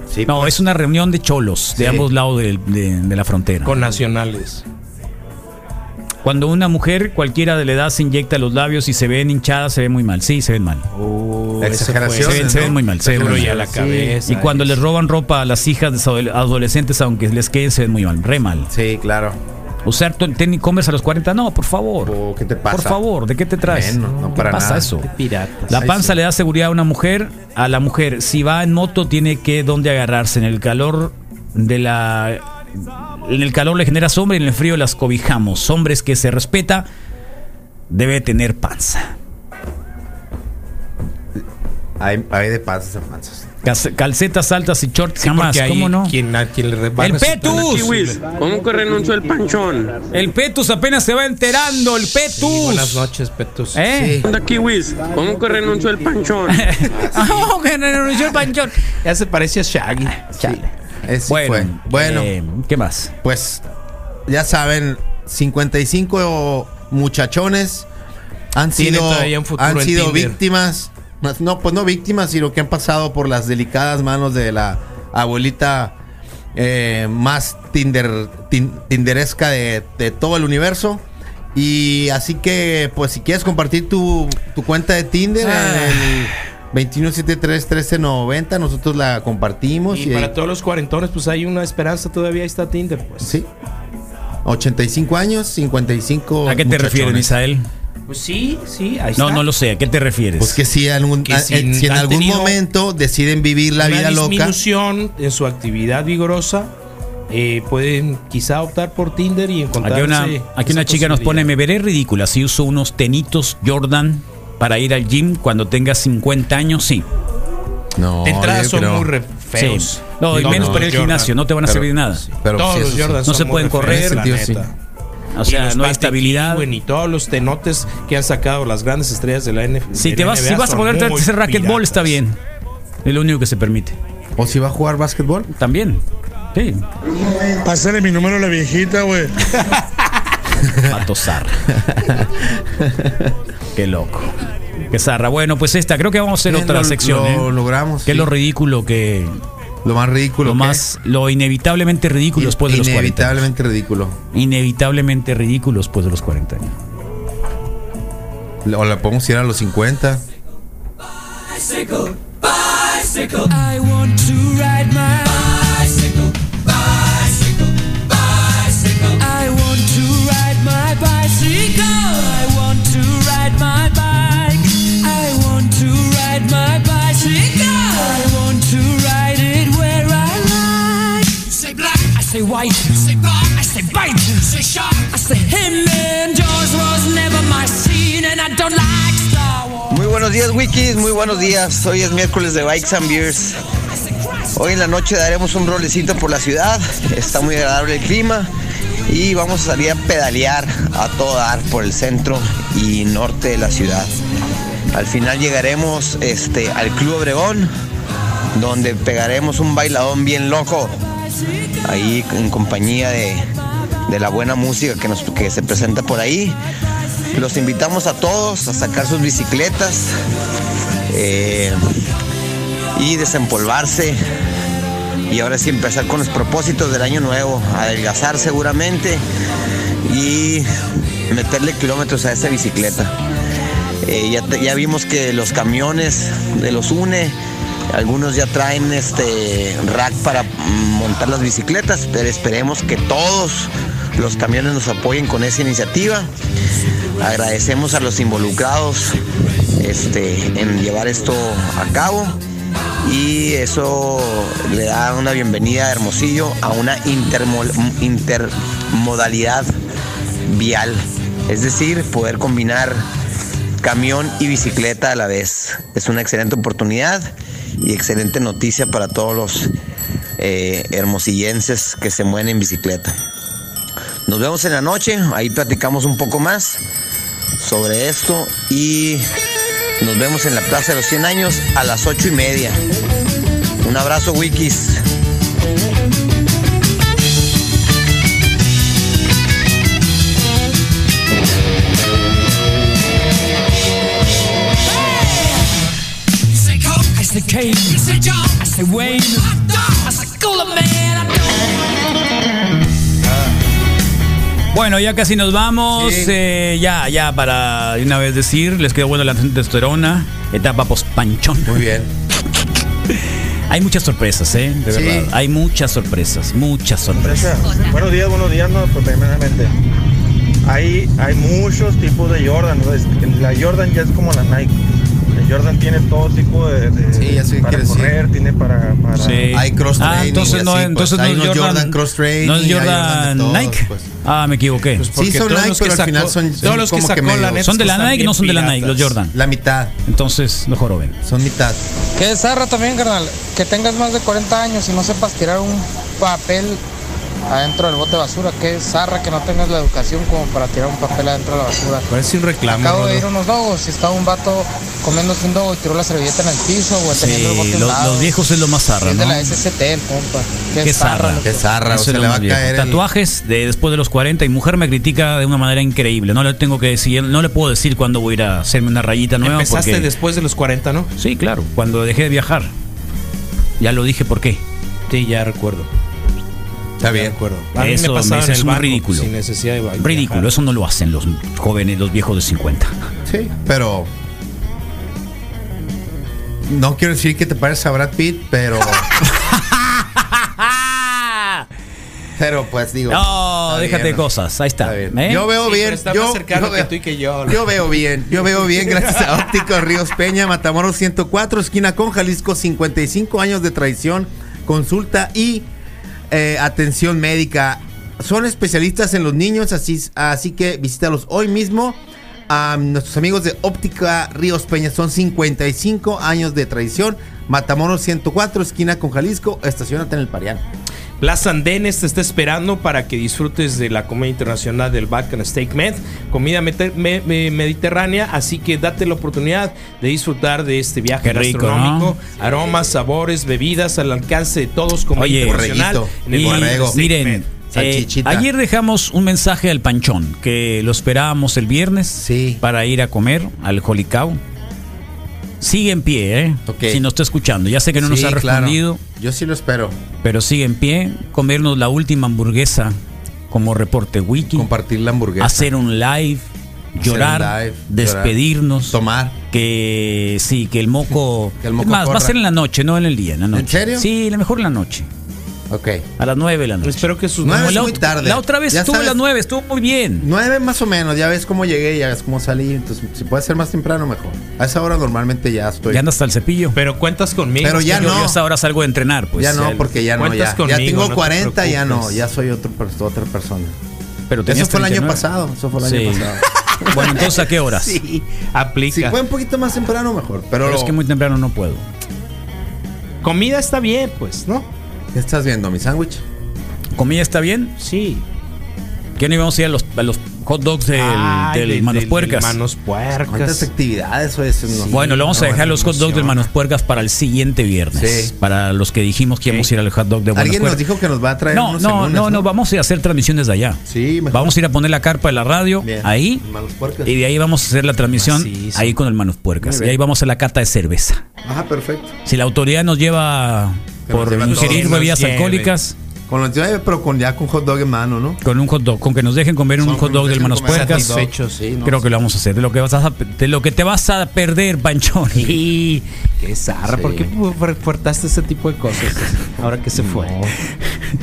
[SPEAKER 3] Sí,
[SPEAKER 1] No,
[SPEAKER 3] pues,
[SPEAKER 1] es una reunión de cholos de
[SPEAKER 3] Sí.
[SPEAKER 1] ambos lados del- de, de la frontera.
[SPEAKER 2] Con nacionales.
[SPEAKER 1] Cuando una mujer cualquiera de la edad se inyecta los labios y se ven hinchadas, se ve muy mal. Sí, se ven mal.
[SPEAKER 2] Oh,
[SPEAKER 3] Exageración.
[SPEAKER 1] Se ven, se ven muy mal. Se ven
[SPEAKER 2] Seguro
[SPEAKER 1] muy
[SPEAKER 2] ya
[SPEAKER 1] mal.
[SPEAKER 2] la cabeza. eh.
[SPEAKER 1] Y cuando
[SPEAKER 2] es-
[SPEAKER 1] les roban ropa a las hijas de sus adole- adolescentes, aunque les queden, se ven muy mal. Re mal.
[SPEAKER 3] Sí, claro.
[SPEAKER 1] Usar tu- tenis Converse a los 40, no, por favor.
[SPEAKER 3] Oh, ¿Qué te pasa?
[SPEAKER 1] Por favor, ¿de qué te traes?
[SPEAKER 3] Bueno, no
[SPEAKER 1] ¿Qué
[SPEAKER 3] para
[SPEAKER 1] pasa
[SPEAKER 3] nada.
[SPEAKER 1] eso?
[SPEAKER 2] Piratas.
[SPEAKER 1] La
[SPEAKER 3] Ahí
[SPEAKER 1] panza
[SPEAKER 3] sí.
[SPEAKER 1] le da seguridad a una mujer. A la mujer, si va en moto, tiene que dónde agarrarse. En el calor de la. En el calor le genera sombra y en el frío las cobijamos. Hombres que se respeta debe tener panza.
[SPEAKER 3] Hay, hay de panzas a panzas.
[SPEAKER 1] Cas- Calcetas altas y shorts jamás.
[SPEAKER 2] Porque ahí
[SPEAKER 1] ¿Cómo no?
[SPEAKER 2] Quien, a quien le va a
[SPEAKER 1] ¡El
[SPEAKER 2] resultar
[SPEAKER 1] Petus!
[SPEAKER 2] accesible.
[SPEAKER 5] ¿Cómo que renunció el panchón?
[SPEAKER 1] El Petus apenas se va enterando. El Petus.
[SPEAKER 2] Sí, buenas noches, Petus.
[SPEAKER 1] ¿Eh?
[SPEAKER 5] Anda Kiwis, ¿cómo que renunció el panchón?
[SPEAKER 1] [LAUGHS] Ah, que renunció el panchón.
[SPEAKER 2] Ya se parece a Ah, Shaggy.
[SPEAKER 3] Ese
[SPEAKER 1] Bueno,
[SPEAKER 3] fue. Bueno,
[SPEAKER 1] eh, ¿qué más?
[SPEAKER 3] pues ya saben, 55 muchachones han
[SPEAKER 2] Tienen
[SPEAKER 3] sido,
[SPEAKER 2] todavía un futuro
[SPEAKER 3] han
[SPEAKER 2] en
[SPEAKER 3] sido
[SPEAKER 2] Tinder.
[SPEAKER 3] víctimas. Mas- No, pues no víctimas, sino que han pasado por las delicadas manos de la abuelita eh, más tinder, tin- tinderesca de, de todo el universo. Y así que, pues si quieres compartir tu, tu cuenta de Tinder
[SPEAKER 2] Ah.
[SPEAKER 3] en el 2173-1390, nosotros la compartimos.
[SPEAKER 2] Y para todos los cuarentones, pues hay una esperanza todavía. Ahí está Tinder, pues.
[SPEAKER 3] Sí. 85 años, 55.
[SPEAKER 1] ¿A qué te
[SPEAKER 3] muchachones.
[SPEAKER 1] refieres, Misael?
[SPEAKER 2] Pues sí, sí, ahí
[SPEAKER 1] No,
[SPEAKER 2] está.
[SPEAKER 1] no lo sé. ¿A qué te refieres?
[SPEAKER 3] Pues que si, algún-
[SPEAKER 2] Que
[SPEAKER 3] a-
[SPEAKER 2] si
[SPEAKER 3] eh, si en
[SPEAKER 2] han
[SPEAKER 3] algún
[SPEAKER 2] tenido
[SPEAKER 3] momento deciden vivir la
[SPEAKER 2] Una
[SPEAKER 3] vida loca.
[SPEAKER 2] disminución en su actividad vigorosa. eh, pueden quizá optar por Tinder y encontrar.
[SPEAKER 1] Aquí una,
[SPEAKER 2] ese-
[SPEAKER 1] aquí una
[SPEAKER 2] esa
[SPEAKER 1] chica nos pone,
[SPEAKER 2] posibilidad.
[SPEAKER 1] me veré ridícula si uso unos tenitos Jordan para ir al gym cuando tenga 50 años, sí.
[SPEAKER 3] No,
[SPEAKER 2] De entrada
[SPEAKER 3] yo
[SPEAKER 2] son
[SPEAKER 3] creo-
[SPEAKER 2] muy re feos.
[SPEAKER 1] Sí. No, y
[SPEAKER 2] Todos
[SPEAKER 1] menos
[SPEAKER 2] los
[SPEAKER 1] para el
[SPEAKER 2] Jordan.
[SPEAKER 1] gimnasio, no te van a
[SPEAKER 3] Pero-
[SPEAKER 1] servir de nada.
[SPEAKER 3] Pero
[SPEAKER 2] Todos
[SPEAKER 3] sí,
[SPEAKER 2] los
[SPEAKER 3] eso sí.
[SPEAKER 2] Jordan
[SPEAKER 1] No se
[SPEAKER 2] son muy
[SPEAKER 1] pueden
[SPEAKER 2] re feos,
[SPEAKER 1] correr,
[SPEAKER 2] la
[SPEAKER 3] tío,
[SPEAKER 2] neta.
[SPEAKER 3] sí.
[SPEAKER 1] O sea,
[SPEAKER 2] Y los
[SPEAKER 1] no hay
[SPEAKER 2] Patrick
[SPEAKER 1] estabilidad.
[SPEAKER 2] Ewing y todos los tenotes que han sacado las grandes estrellas de la NFL.
[SPEAKER 1] Si te vas, si vas a ponerte ese racquetball, está bien. Es lo único que se permite.
[SPEAKER 3] O si va a jugar básquetbol.
[SPEAKER 1] También. Sí.
[SPEAKER 11] Pásale mi número a la viejita, güey.
[SPEAKER 1] a tosar. Qué loco. Qué zarra. Bueno, pues esta, creo que vamos a hacer
[SPEAKER 3] Bien,
[SPEAKER 1] otra
[SPEAKER 3] Eh, lo-
[SPEAKER 1] sección.
[SPEAKER 3] lo
[SPEAKER 1] ¿eh?
[SPEAKER 3] logramos,
[SPEAKER 1] Qué es
[SPEAKER 3] sí.
[SPEAKER 1] lo ridículo que,
[SPEAKER 3] Lo más ridículo.
[SPEAKER 1] Lo más, lo inevitablemente ridículo después de los 40 años.
[SPEAKER 3] Inevitablemente ridículo.
[SPEAKER 1] Inevitablemente ridículo después de los 40 años.
[SPEAKER 3] O la podemos ir a los 50.
[SPEAKER 12] Bicycle, bicycle. I want to ride my bicycle, bicycle, bicycle. I want to ride my bicycle. I want to ride my bike. I want to ride my bicycle. I want to ride it where I like. You say black, I say white. You say bar, I say bite. You say shark, I say him. And yours was never my scene, and I don't like Star Wars.
[SPEAKER 13] Muy buenos días, Wikis. Muy buenos días. Hoy es miércoles de Bikes and Beers. Hoy en la noche daremos un rolecito por la ciudad. Está muy agradable el clima. Y vamos a salir a pedalear a todo dar por el centro y norte de la ciudad. Al final llegaremos este, al Club Obregón, donde pegaremos un bailadón bien loco. Ahí en compañía de, de la buena música que, nos, que se presenta por ahí. Los invitamos a todos a sacar sus bicicletas eh, y desempolvarse. Y ahora sí empezar con los propósitos del año nuevo, adelgazar seguramente y meterle kilómetros a esa bicicleta. Eh, ya, te- ya vimos que los camiones de los UNE, algunos ya traen este rack para mm, montar las bicicletas, pero esperemos que todos los camiones nos apoyen con esa iniciativa. Pues, Agradecemos a los involucrados este, en llevar esto a cabo y eso le da una bienvenida a Hermosillo a una intermol- intermodalidad vial, es decir, poder combinar camión y bicicleta a la vez. Es una excelente oportunidad y excelente noticia para todos los eh, hermosillenses que se mueven en bicicleta. Nos vemos en la noche, ahí platicamos un poco más sobre esto y nos vemos en la Plaza de los 100 Años a las 8 y media. Un abrazo, Wikis.
[SPEAKER 12] You say Coke, I say Kane. You say John, I say Wayne. Hot dog, I say Cooler Man. I don't.
[SPEAKER 1] Bueno, ya casi nos vamos.
[SPEAKER 12] Sí.
[SPEAKER 1] eh, ya, ya, para de una vez decir, les quedó bueno la testosterona, etapa pospanchón. Muy
[SPEAKER 3] bien.
[SPEAKER 1] Hay muchas sorpresas, ¿eh? De
[SPEAKER 11] Sí.
[SPEAKER 1] verdad. Hay muchas sorpresas, muchas sorpresas.
[SPEAKER 11] Buenos días, buenos días, no, pues primeramente. Hay, hay muchos tipos de Jordan. ¿no? Es- La Jordan ya es como la Nike. La Jordan tiene todo tipo de. de- para correr, tiene para. para-
[SPEAKER 1] Sí. Ah, entonces no, entonces no es Jordan, No es Jordan, Nike. Ah, me equivoqué.
[SPEAKER 2] Pues,
[SPEAKER 3] sí, son Nike, pero al final son. son como medio-
[SPEAKER 1] Son de la Nike, no son de la Nike, los Jordan.
[SPEAKER 3] La mitad.
[SPEAKER 1] Entonces, no joroben.
[SPEAKER 3] Son mitad.
[SPEAKER 14] Que es zarra también, carnal. Que tengas más de 40 años y no sepas tirar un papel adentro del bote de basura. Que es zarra que no tengas la educación como para tirar un papel adentro de la basura.
[SPEAKER 2] Parece un
[SPEAKER 1] Ah,
[SPEAKER 2] reclamo.
[SPEAKER 14] Acabo de
[SPEAKER 2] Rodo.
[SPEAKER 14] ir a unos dogos y estaba un vato comiéndose un dogo y tiró la servilleta en el piso, güey,
[SPEAKER 1] Sí,
[SPEAKER 14] teniendo el bote a
[SPEAKER 1] los,
[SPEAKER 14] un lado.
[SPEAKER 1] los viejos es lo más zarra,
[SPEAKER 14] Es
[SPEAKER 1] ¿no?
[SPEAKER 14] de la SCT, el compa. Que
[SPEAKER 1] Qué
[SPEAKER 14] es zarra.
[SPEAKER 1] zarra.
[SPEAKER 14] loco.
[SPEAKER 1] Eso
[SPEAKER 3] se
[SPEAKER 1] es
[SPEAKER 3] le
[SPEAKER 1] lo
[SPEAKER 3] va
[SPEAKER 1] más
[SPEAKER 3] a
[SPEAKER 1] viejo.
[SPEAKER 3] caer el-
[SPEAKER 1] Tatuajes de después de los 40 y mujer me critica de una manera increíble. No le tengo que decir, no le puedo decir cuándo voy a ir a hacerme una rayita nueva.
[SPEAKER 2] Empezaste
[SPEAKER 1] porque-
[SPEAKER 2] después de los 40, ¿no?
[SPEAKER 1] Sí, claro, cuando dejé de viajar. Ya lo dije por qué.
[SPEAKER 2] Sí, ya recuerdo.
[SPEAKER 3] Está bien.
[SPEAKER 2] recuerdo.
[SPEAKER 1] Eso me
[SPEAKER 2] pasaba
[SPEAKER 1] dice, es muy ridículo.
[SPEAKER 2] Sin necesidad de baño.
[SPEAKER 1] Ridículo, eso no lo hacen los jóvenes, los viejos de [LAUGHS] 50.
[SPEAKER 3] Sí, pero. No quiero decir que te pares a Brad Pitt, pero. pero pues digo.
[SPEAKER 1] No,
[SPEAKER 3] está
[SPEAKER 1] déjate
[SPEAKER 3] bien,
[SPEAKER 1] de cosas, ahí está. ¿eh?
[SPEAKER 3] Yo veo bien. yo, yo veo, yo veo bien. Yo veo bien gracias a Ópticos Ríos Peña, Matamoros 104, esquina con Jalisco, 55 años de tradición, consulta y eh, atención médica. Son especialistas en los niños, así, así que visítalos hoy mismo. A nuestros amigos de Óptica Ríos Peña son 55 años de tradición. Matamoros 104, esquina con Jalisco, estacionate en el Parián.
[SPEAKER 2] Plaza Andenes te está esperando para que disfrutes de la comida internacional del Balkan Steak Med, comida mete- me- me- mediterránea, así que date la oportunidad de disfrutar de este viaje
[SPEAKER 1] Qué rico,
[SPEAKER 2] gastronómico, aromas, sabores, bebidas al alcance de todos como
[SPEAKER 1] Oye,
[SPEAKER 2] internacional en el
[SPEAKER 1] y
[SPEAKER 2] Balkan Steak Med.
[SPEAKER 1] miren, eh, ayer dejamos un mensaje al Panchón, que lo esperábamos el viernes para ir a comer al Holy Cow. sigue en pie, ¿eh? Si nos está escuchando. Ya sé que no nos
[SPEAKER 3] Sí,
[SPEAKER 1] ha
[SPEAKER 3] claro.
[SPEAKER 1] respondido.
[SPEAKER 3] Yo sí lo espero.
[SPEAKER 1] Pero sigue en pie. Comernos la última hamburguesa como reporte wiki.
[SPEAKER 3] Compartir la hamburguesa.
[SPEAKER 1] Hacer un live. Llorar.
[SPEAKER 3] live,
[SPEAKER 1] despedirnos.
[SPEAKER 3] Tomar.
[SPEAKER 1] Que sí, que el moco.
[SPEAKER 3] [LAUGHS] Que el moco
[SPEAKER 1] Es más, va a
[SPEAKER 3] corra.
[SPEAKER 1] ser en la noche, no en el día. En, la noche.
[SPEAKER 3] ¿En serio?
[SPEAKER 1] Sí, la mejor en la noche.
[SPEAKER 3] Ok.
[SPEAKER 1] A las 9 de la noche. Espero que sus
[SPEAKER 3] Nueve es muy tarde.
[SPEAKER 1] La otra vez
[SPEAKER 3] Ya
[SPEAKER 1] estuvo a
[SPEAKER 3] sabes-
[SPEAKER 1] las 9, estuvo muy bien.
[SPEAKER 3] 9 más o menos, ya ves cómo llegué, ya ves cómo salí. Entonces, si puede ser más temprano, mejor. A esa hora normalmente ya estoy.
[SPEAKER 1] Ya anda hasta el cepillo.
[SPEAKER 2] Pero cuentas conmigo.
[SPEAKER 3] Pero ya
[SPEAKER 1] Yo-
[SPEAKER 3] no.
[SPEAKER 1] Yo hasta ahora salgo a entrenar, pues.
[SPEAKER 3] ya no,
[SPEAKER 1] El-
[SPEAKER 3] porque ya no.
[SPEAKER 1] Cuentas
[SPEAKER 3] Ya, ya
[SPEAKER 1] conmigo,
[SPEAKER 3] tengo
[SPEAKER 1] no te
[SPEAKER 3] 40, ya no.
[SPEAKER 1] preocupes.
[SPEAKER 3] Ya soy otro, pers- otra persona.
[SPEAKER 1] Pero
[SPEAKER 3] eso
[SPEAKER 1] tenías
[SPEAKER 3] fue el año
[SPEAKER 1] 39.
[SPEAKER 3] pasado. Eso fue el año
[SPEAKER 1] Sí.
[SPEAKER 3] pasado.
[SPEAKER 1] [LAUGHS] Bueno, entonces, ¿a qué horas?
[SPEAKER 3] Sí.
[SPEAKER 2] Aplica.
[SPEAKER 3] Si fue un poquito más temprano, mejor. Pero,
[SPEAKER 1] Pero es que muy temprano no puedo.
[SPEAKER 2] Comida está bien, pues, ¿no?
[SPEAKER 3] ¿Qué estás viendo? ¿Mi sándwich?
[SPEAKER 1] ¿Comida está bien?
[SPEAKER 2] Sí.
[SPEAKER 1] ¿Qué no íbamos a ir a los, a los hot dogs del,
[SPEAKER 2] Ay,
[SPEAKER 1] del
[SPEAKER 2] del- del
[SPEAKER 1] Manos Puercas?
[SPEAKER 2] Manos Puercas.
[SPEAKER 3] ¿Cuántas actividades o eso? No.
[SPEAKER 1] bueno, le vamos a
[SPEAKER 3] No,
[SPEAKER 1] dejar los hot dogs del
[SPEAKER 3] emoción.
[SPEAKER 1] Manos Puercas para el siguiente viernes.
[SPEAKER 3] Sí.
[SPEAKER 1] Para los que dijimos que íbamos a ir al hot dog de Manos
[SPEAKER 3] Alguien nos
[SPEAKER 1] Puercas.
[SPEAKER 3] dijo que nos va a traer
[SPEAKER 1] No,
[SPEAKER 3] unos
[SPEAKER 1] no,
[SPEAKER 3] semones,
[SPEAKER 1] no, no, vamos a ir a hacer transmisiones de allá.
[SPEAKER 3] Sí, mejor.
[SPEAKER 1] Vamos a ir a poner la carpa de la radio
[SPEAKER 3] Bien.
[SPEAKER 1] ahí
[SPEAKER 3] Manos puercas.
[SPEAKER 1] y de ahí vamos a hacer la transmisión
[SPEAKER 3] Macizo.
[SPEAKER 1] ahí con el Manos Puercas.
[SPEAKER 3] Muy
[SPEAKER 1] Y ahí
[SPEAKER 3] bien.
[SPEAKER 1] vamos a la cata de cerveza.
[SPEAKER 3] Ajá, perfecto.
[SPEAKER 1] Si la autoridad nos lleva
[SPEAKER 3] Que nos
[SPEAKER 1] por
[SPEAKER 3] lleve a todos,
[SPEAKER 1] ingerir
[SPEAKER 3] nos
[SPEAKER 1] bebidas
[SPEAKER 3] lleve.
[SPEAKER 1] alcohólicas
[SPEAKER 3] Con los nueve, pero con, ya con hot dog en mano, ¿no?
[SPEAKER 1] con un hot dog, con que nos dejen comer un
[SPEAKER 3] Son-
[SPEAKER 1] hot dog del
[SPEAKER 3] dejen
[SPEAKER 1] Manos
[SPEAKER 3] comer
[SPEAKER 1] Puercas,
[SPEAKER 3] hot dog, sí, no,
[SPEAKER 1] creo
[SPEAKER 3] sí.
[SPEAKER 1] que lo vamos a hacer. De lo que vas a, de lo que te vas a perder, Panchón.
[SPEAKER 2] Y qué zarra,
[SPEAKER 1] Sí.
[SPEAKER 2] ¿por qué reportaste ese tipo de cosas? Ahora que se fue.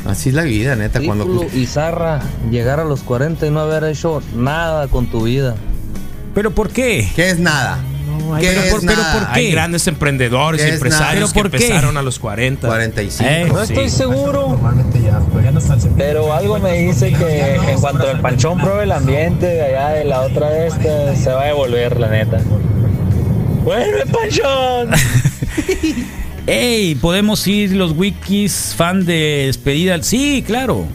[SPEAKER 3] Así es la vida, neta.
[SPEAKER 15] Ridículo
[SPEAKER 3] Cuando.
[SPEAKER 15] y zarra llegar a los 40 y no haber hecho nada con tu vida.
[SPEAKER 1] ¿Pero por qué?
[SPEAKER 3] ¿Qué es nada? ¿Qué
[SPEAKER 2] pero
[SPEAKER 3] es
[SPEAKER 2] por-
[SPEAKER 3] nada?
[SPEAKER 2] pero por qué? Hay grandes emprendedores,
[SPEAKER 3] ¿Qué es
[SPEAKER 2] empresarios
[SPEAKER 3] nada?
[SPEAKER 2] que
[SPEAKER 3] ¿Pero por qué?
[SPEAKER 2] empezaron a los Eh, 40.
[SPEAKER 3] 45.
[SPEAKER 15] No
[SPEAKER 2] Pues
[SPEAKER 15] estoy seguro, pero algo me dice que en cuanto el panchón pruebe el ambiente de allá de la otra vez te- se va a devolver, la neta. ¡Vuelve, panchón!
[SPEAKER 1] Ey, podemos ir los wikis fan de despedida. Sí, claro.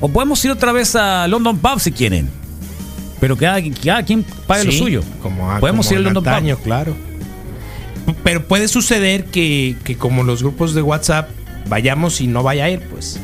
[SPEAKER 1] O podemos ir otra vez a London Pub si quieren. Pero cada, cada quien pague lo
[SPEAKER 2] Sí,
[SPEAKER 1] suyo.
[SPEAKER 2] Como, a-
[SPEAKER 1] podemos
[SPEAKER 2] como
[SPEAKER 1] ir a
[SPEAKER 2] en
[SPEAKER 1] London
[SPEAKER 2] antaño,
[SPEAKER 1] Pub.
[SPEAKER 2] claro. P- Pero puede suceder que, que como los grupos de WhatsApp vayamos y no vaya a ir, pues.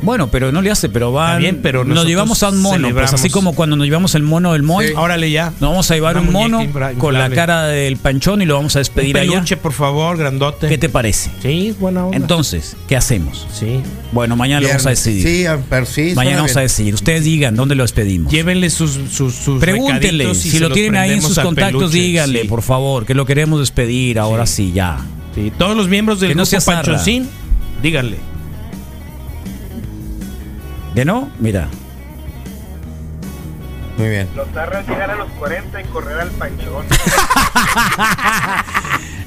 [SPEAKER 1] Bueno, pero no le hace, pero van.
[SPEAKER 2] Está bien, pero
[SPEAKER 1] nos
[SPEAKER 2] nosotros
[SPEAKER 1] llevamos a un mono. Pues
[SPEAKER 2] celebramos.
[SPEAKER 1] así como cuando nos llevamos el mono del Moy.
[SPEAKER 2] Órale ya.
[SPEAKER 1] Nos vamos a llevar
[SPEAKER 2] Una
[SPEAKER 1] un mono
[SPEAKER 2] muñeca infra-
[SPEAKER 1] con la
[SPEAKER 2] inflable.
[SPEAKER 1] cara del panchón y lo vamos a despedir
[SPEAKER 2] Un
[SPEAKER 1] allá.
[SPEAKER 2] peluche, por favor, grandote.
[SPEAKER 1] ¿Qué te parece?
[SPEAKER 2] Sí, buena onda.
[SPEAKER 1] Entonces, ¿qué hacemos?
[SPEAKER 2] Sí.
[SPEAKER 1] Bueno, mañana lo vamos a
[SPEAKER 3] Viernes.
[SPEAKER 1] decidir.
[SPEAKER 3] Sí, ah, pero sí.
[SPEAKER 1] mañana
[SPEAKER 3] suena
[SPEAKER 1] vamos a
[SPEAKER 3] bien.
[SPEAKER 1] decidir. Ustedes digan dónde lo despedimos.
[SPEAKER 2] Llévenle sus, sus, sus
[SPEAKER 1] Pregúntenle,
[SPEAKER 2] recaditos y
[SPEAKER 1] si
[SPEAKER 2] se
[SPEAKER 1] lo
[SPEAKER 2] los
[SPEAKER 1] tienen ahí en
[SPEAKER 2] prendemos
[SPEAKER 1] sus
[SPEAKER 2] al
[SPEAKER 1] contactos,
[SPEAKER 2] peluche,
[SPEAKER 1] díganle,
[SPEAKER 2] sí.
[SPEAKER 1] por favor, que lo queremos despedir ahora sí, ya.
[SPEAKER 2] Sí, todos los miembros del
[SPEAKER 1] Que no
[SPEAKER 2] grupo
[SPEAKER 1] sea zarra.
[SPEAKER 2] Panchoncín, díganle.
[SPEAKER 1] ¿De no? Mira.
[SPEAKER 3] Muy bien.
[SPEAKER 11] Los zarras llegar a los 40 y correr al panchón.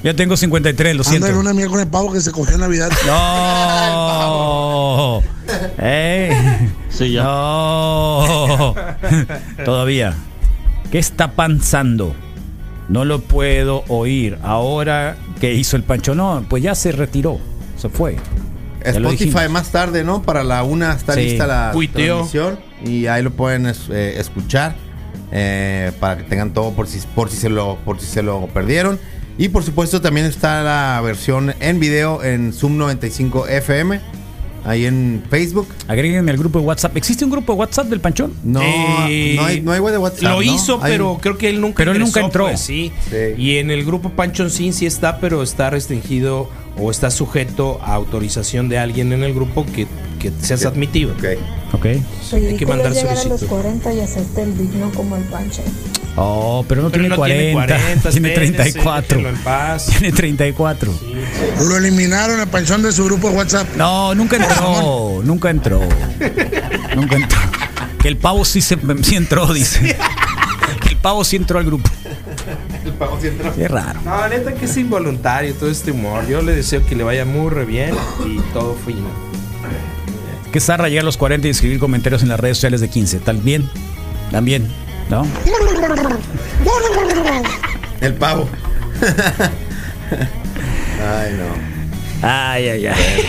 [SPEAKER 1] Yo tengo 53, lo
[SPEAKER 16] Anda
[SPEAKER 1] siento.
[SPEAKER 16] en una mierda con el pavo que se cogió en Navidad.
[SPEAKER 1] No. Eh. No. Todavía. ¿Qué está pensando? No lo puedo oír. Ahora que hizo el Pancho, no, pues ya se retiró. Se fue. Ya lo dijimos.
[SPEAKER 3] Spotify más tarde, ¿no? Para la una está
[SPEAKER 1] Sí.
[SPEAKER 3] lista la
[SPEAKER 1] Tuiteo.
[SPEAKER 3] transmisión y ahí lo pueden es- eh, escuchar eh, para que tengan todo por si por si se lo por si se lo perdieron y por supuesto también está la versión en video en Zoom 95 FM ahí en Facebook.
[SPEAKER 1] Agréguenme al grupo de WhatsApp. ¿Existe un grupo de WhatsApp del Panchón?
[SPEAKER 3] No,
[SPEAKER 2] Eh,
[SPEAKER 3] no hay no hay güey de WhatsApp.
[SPEAKER 2] Lo
[SPEAKER 3] ¿no?
[SPEAKER 2] hizo,
[SPEAKER 3] Hay
[SPEAKER 2] pero
[SPEAKER 3] un-
[SPEAKER 2] creo que él nunca
[SPEAKER 1] Pero él nunca entró.
[SPEAKER 2] pues, sí. Y en el grupo Panchoncín sí está, pero está restringido o está sujeto a autorización de alguien en el grupo que, que seas admitido.
[SPEAKER 1] Ok.
[SPEAKER 2] Hay que mandar solicitud.
[SPEAKER 17] 40 y hacerte el digno como el pancho.
[SPEAKER 1] Oh, pero no
[SPEAKER 2] Pero
[SPEAKER 1] tiene
[SPEAKER 2] no tiene
[SPEAKER 1] 40. [LAUGHS] Tiene,
[SPEAKER 2] espérense,
[SPEAKER 1] 34.
[SPEAKER 2] déjenlo en paz.
[SPEAKER 1] Tiene 34.
[SPEAKER 16] Lo eliminaron el panchón de su grupo de WhatsApp.
[SPEAKER 1] No, nunca entró. nunca entró. nunca entró. Que el pavo sí, se, [LAUGHS] sí entró, dice. que el pavo sí entró al grupo. Qué raro.
[SPEAKER 2] No, neta que es involuntario todo este humor. Yo le deseo que le vaya muy re bien y todo fino.
[SPEAKER 1] Que zarra llegar a los 40 y escribir comentarios en las redes sociales de 15. También. También. ¿No?
[SPEAKER 16] [LAUGHS]
[SPEAKER 3] el pavo. Ay, no.
[SPEAKER 1] Ay, ay, ay.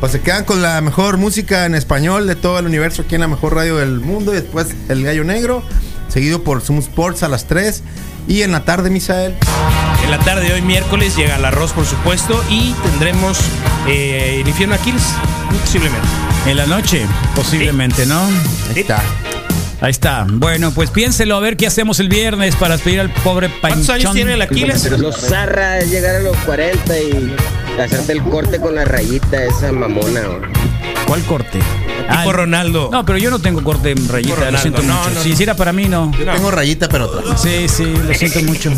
[SPEAKER 3] Pues se quedan con la mejor música en español de todo el universo aquí en la mejor radio del mundo. Y después El Gallo Negro, seguido por Sumo Sports a las 3. Y en la tarde, Misael.
[SPEAKER 2] En la tarde de hoy, miércoles, llega el arroz, por supuesto, y tendremos eh, el infierno Aquiles, posiblemente.
[SPEAKER 1] En la noche, posiblemente, ¿no?
[SPEAKER 2] Está.
[SPEAKER 1] Ahí está. Bueno, pues piénselo a ver qué hacemos el viernes para despedir al pobre Panchón.
[SPEAKER 2] ¿Cuántos años tiene el Aquiles?
[SPEAKER 11] Los zarra es llegar a los 40 y hacerte el corte con la rayita esa mamona.
[SPEAKER 1] ¿Cuál corte?
[SPEAKER 2] Tipo Ronaldo.
[SPEAKER 1] No, pero yo no tengo corte en rayita,
[SPEAKER 2] Tipo
[SPEAKER 1] lo siento
[SPEAKER 2] Ronaldo. No,
[SPEAKER 1] mucho.
[SPEAKER 2] no,
[SPEAKER 1] si
[SPEAKER 2] no.
[SPEAKER 1] hiciera para mí, no.
[SPEAKER 18] Yo tengo rayita, pero otra.
[SPEAKER 1] Sí, sí, lo siento mucho.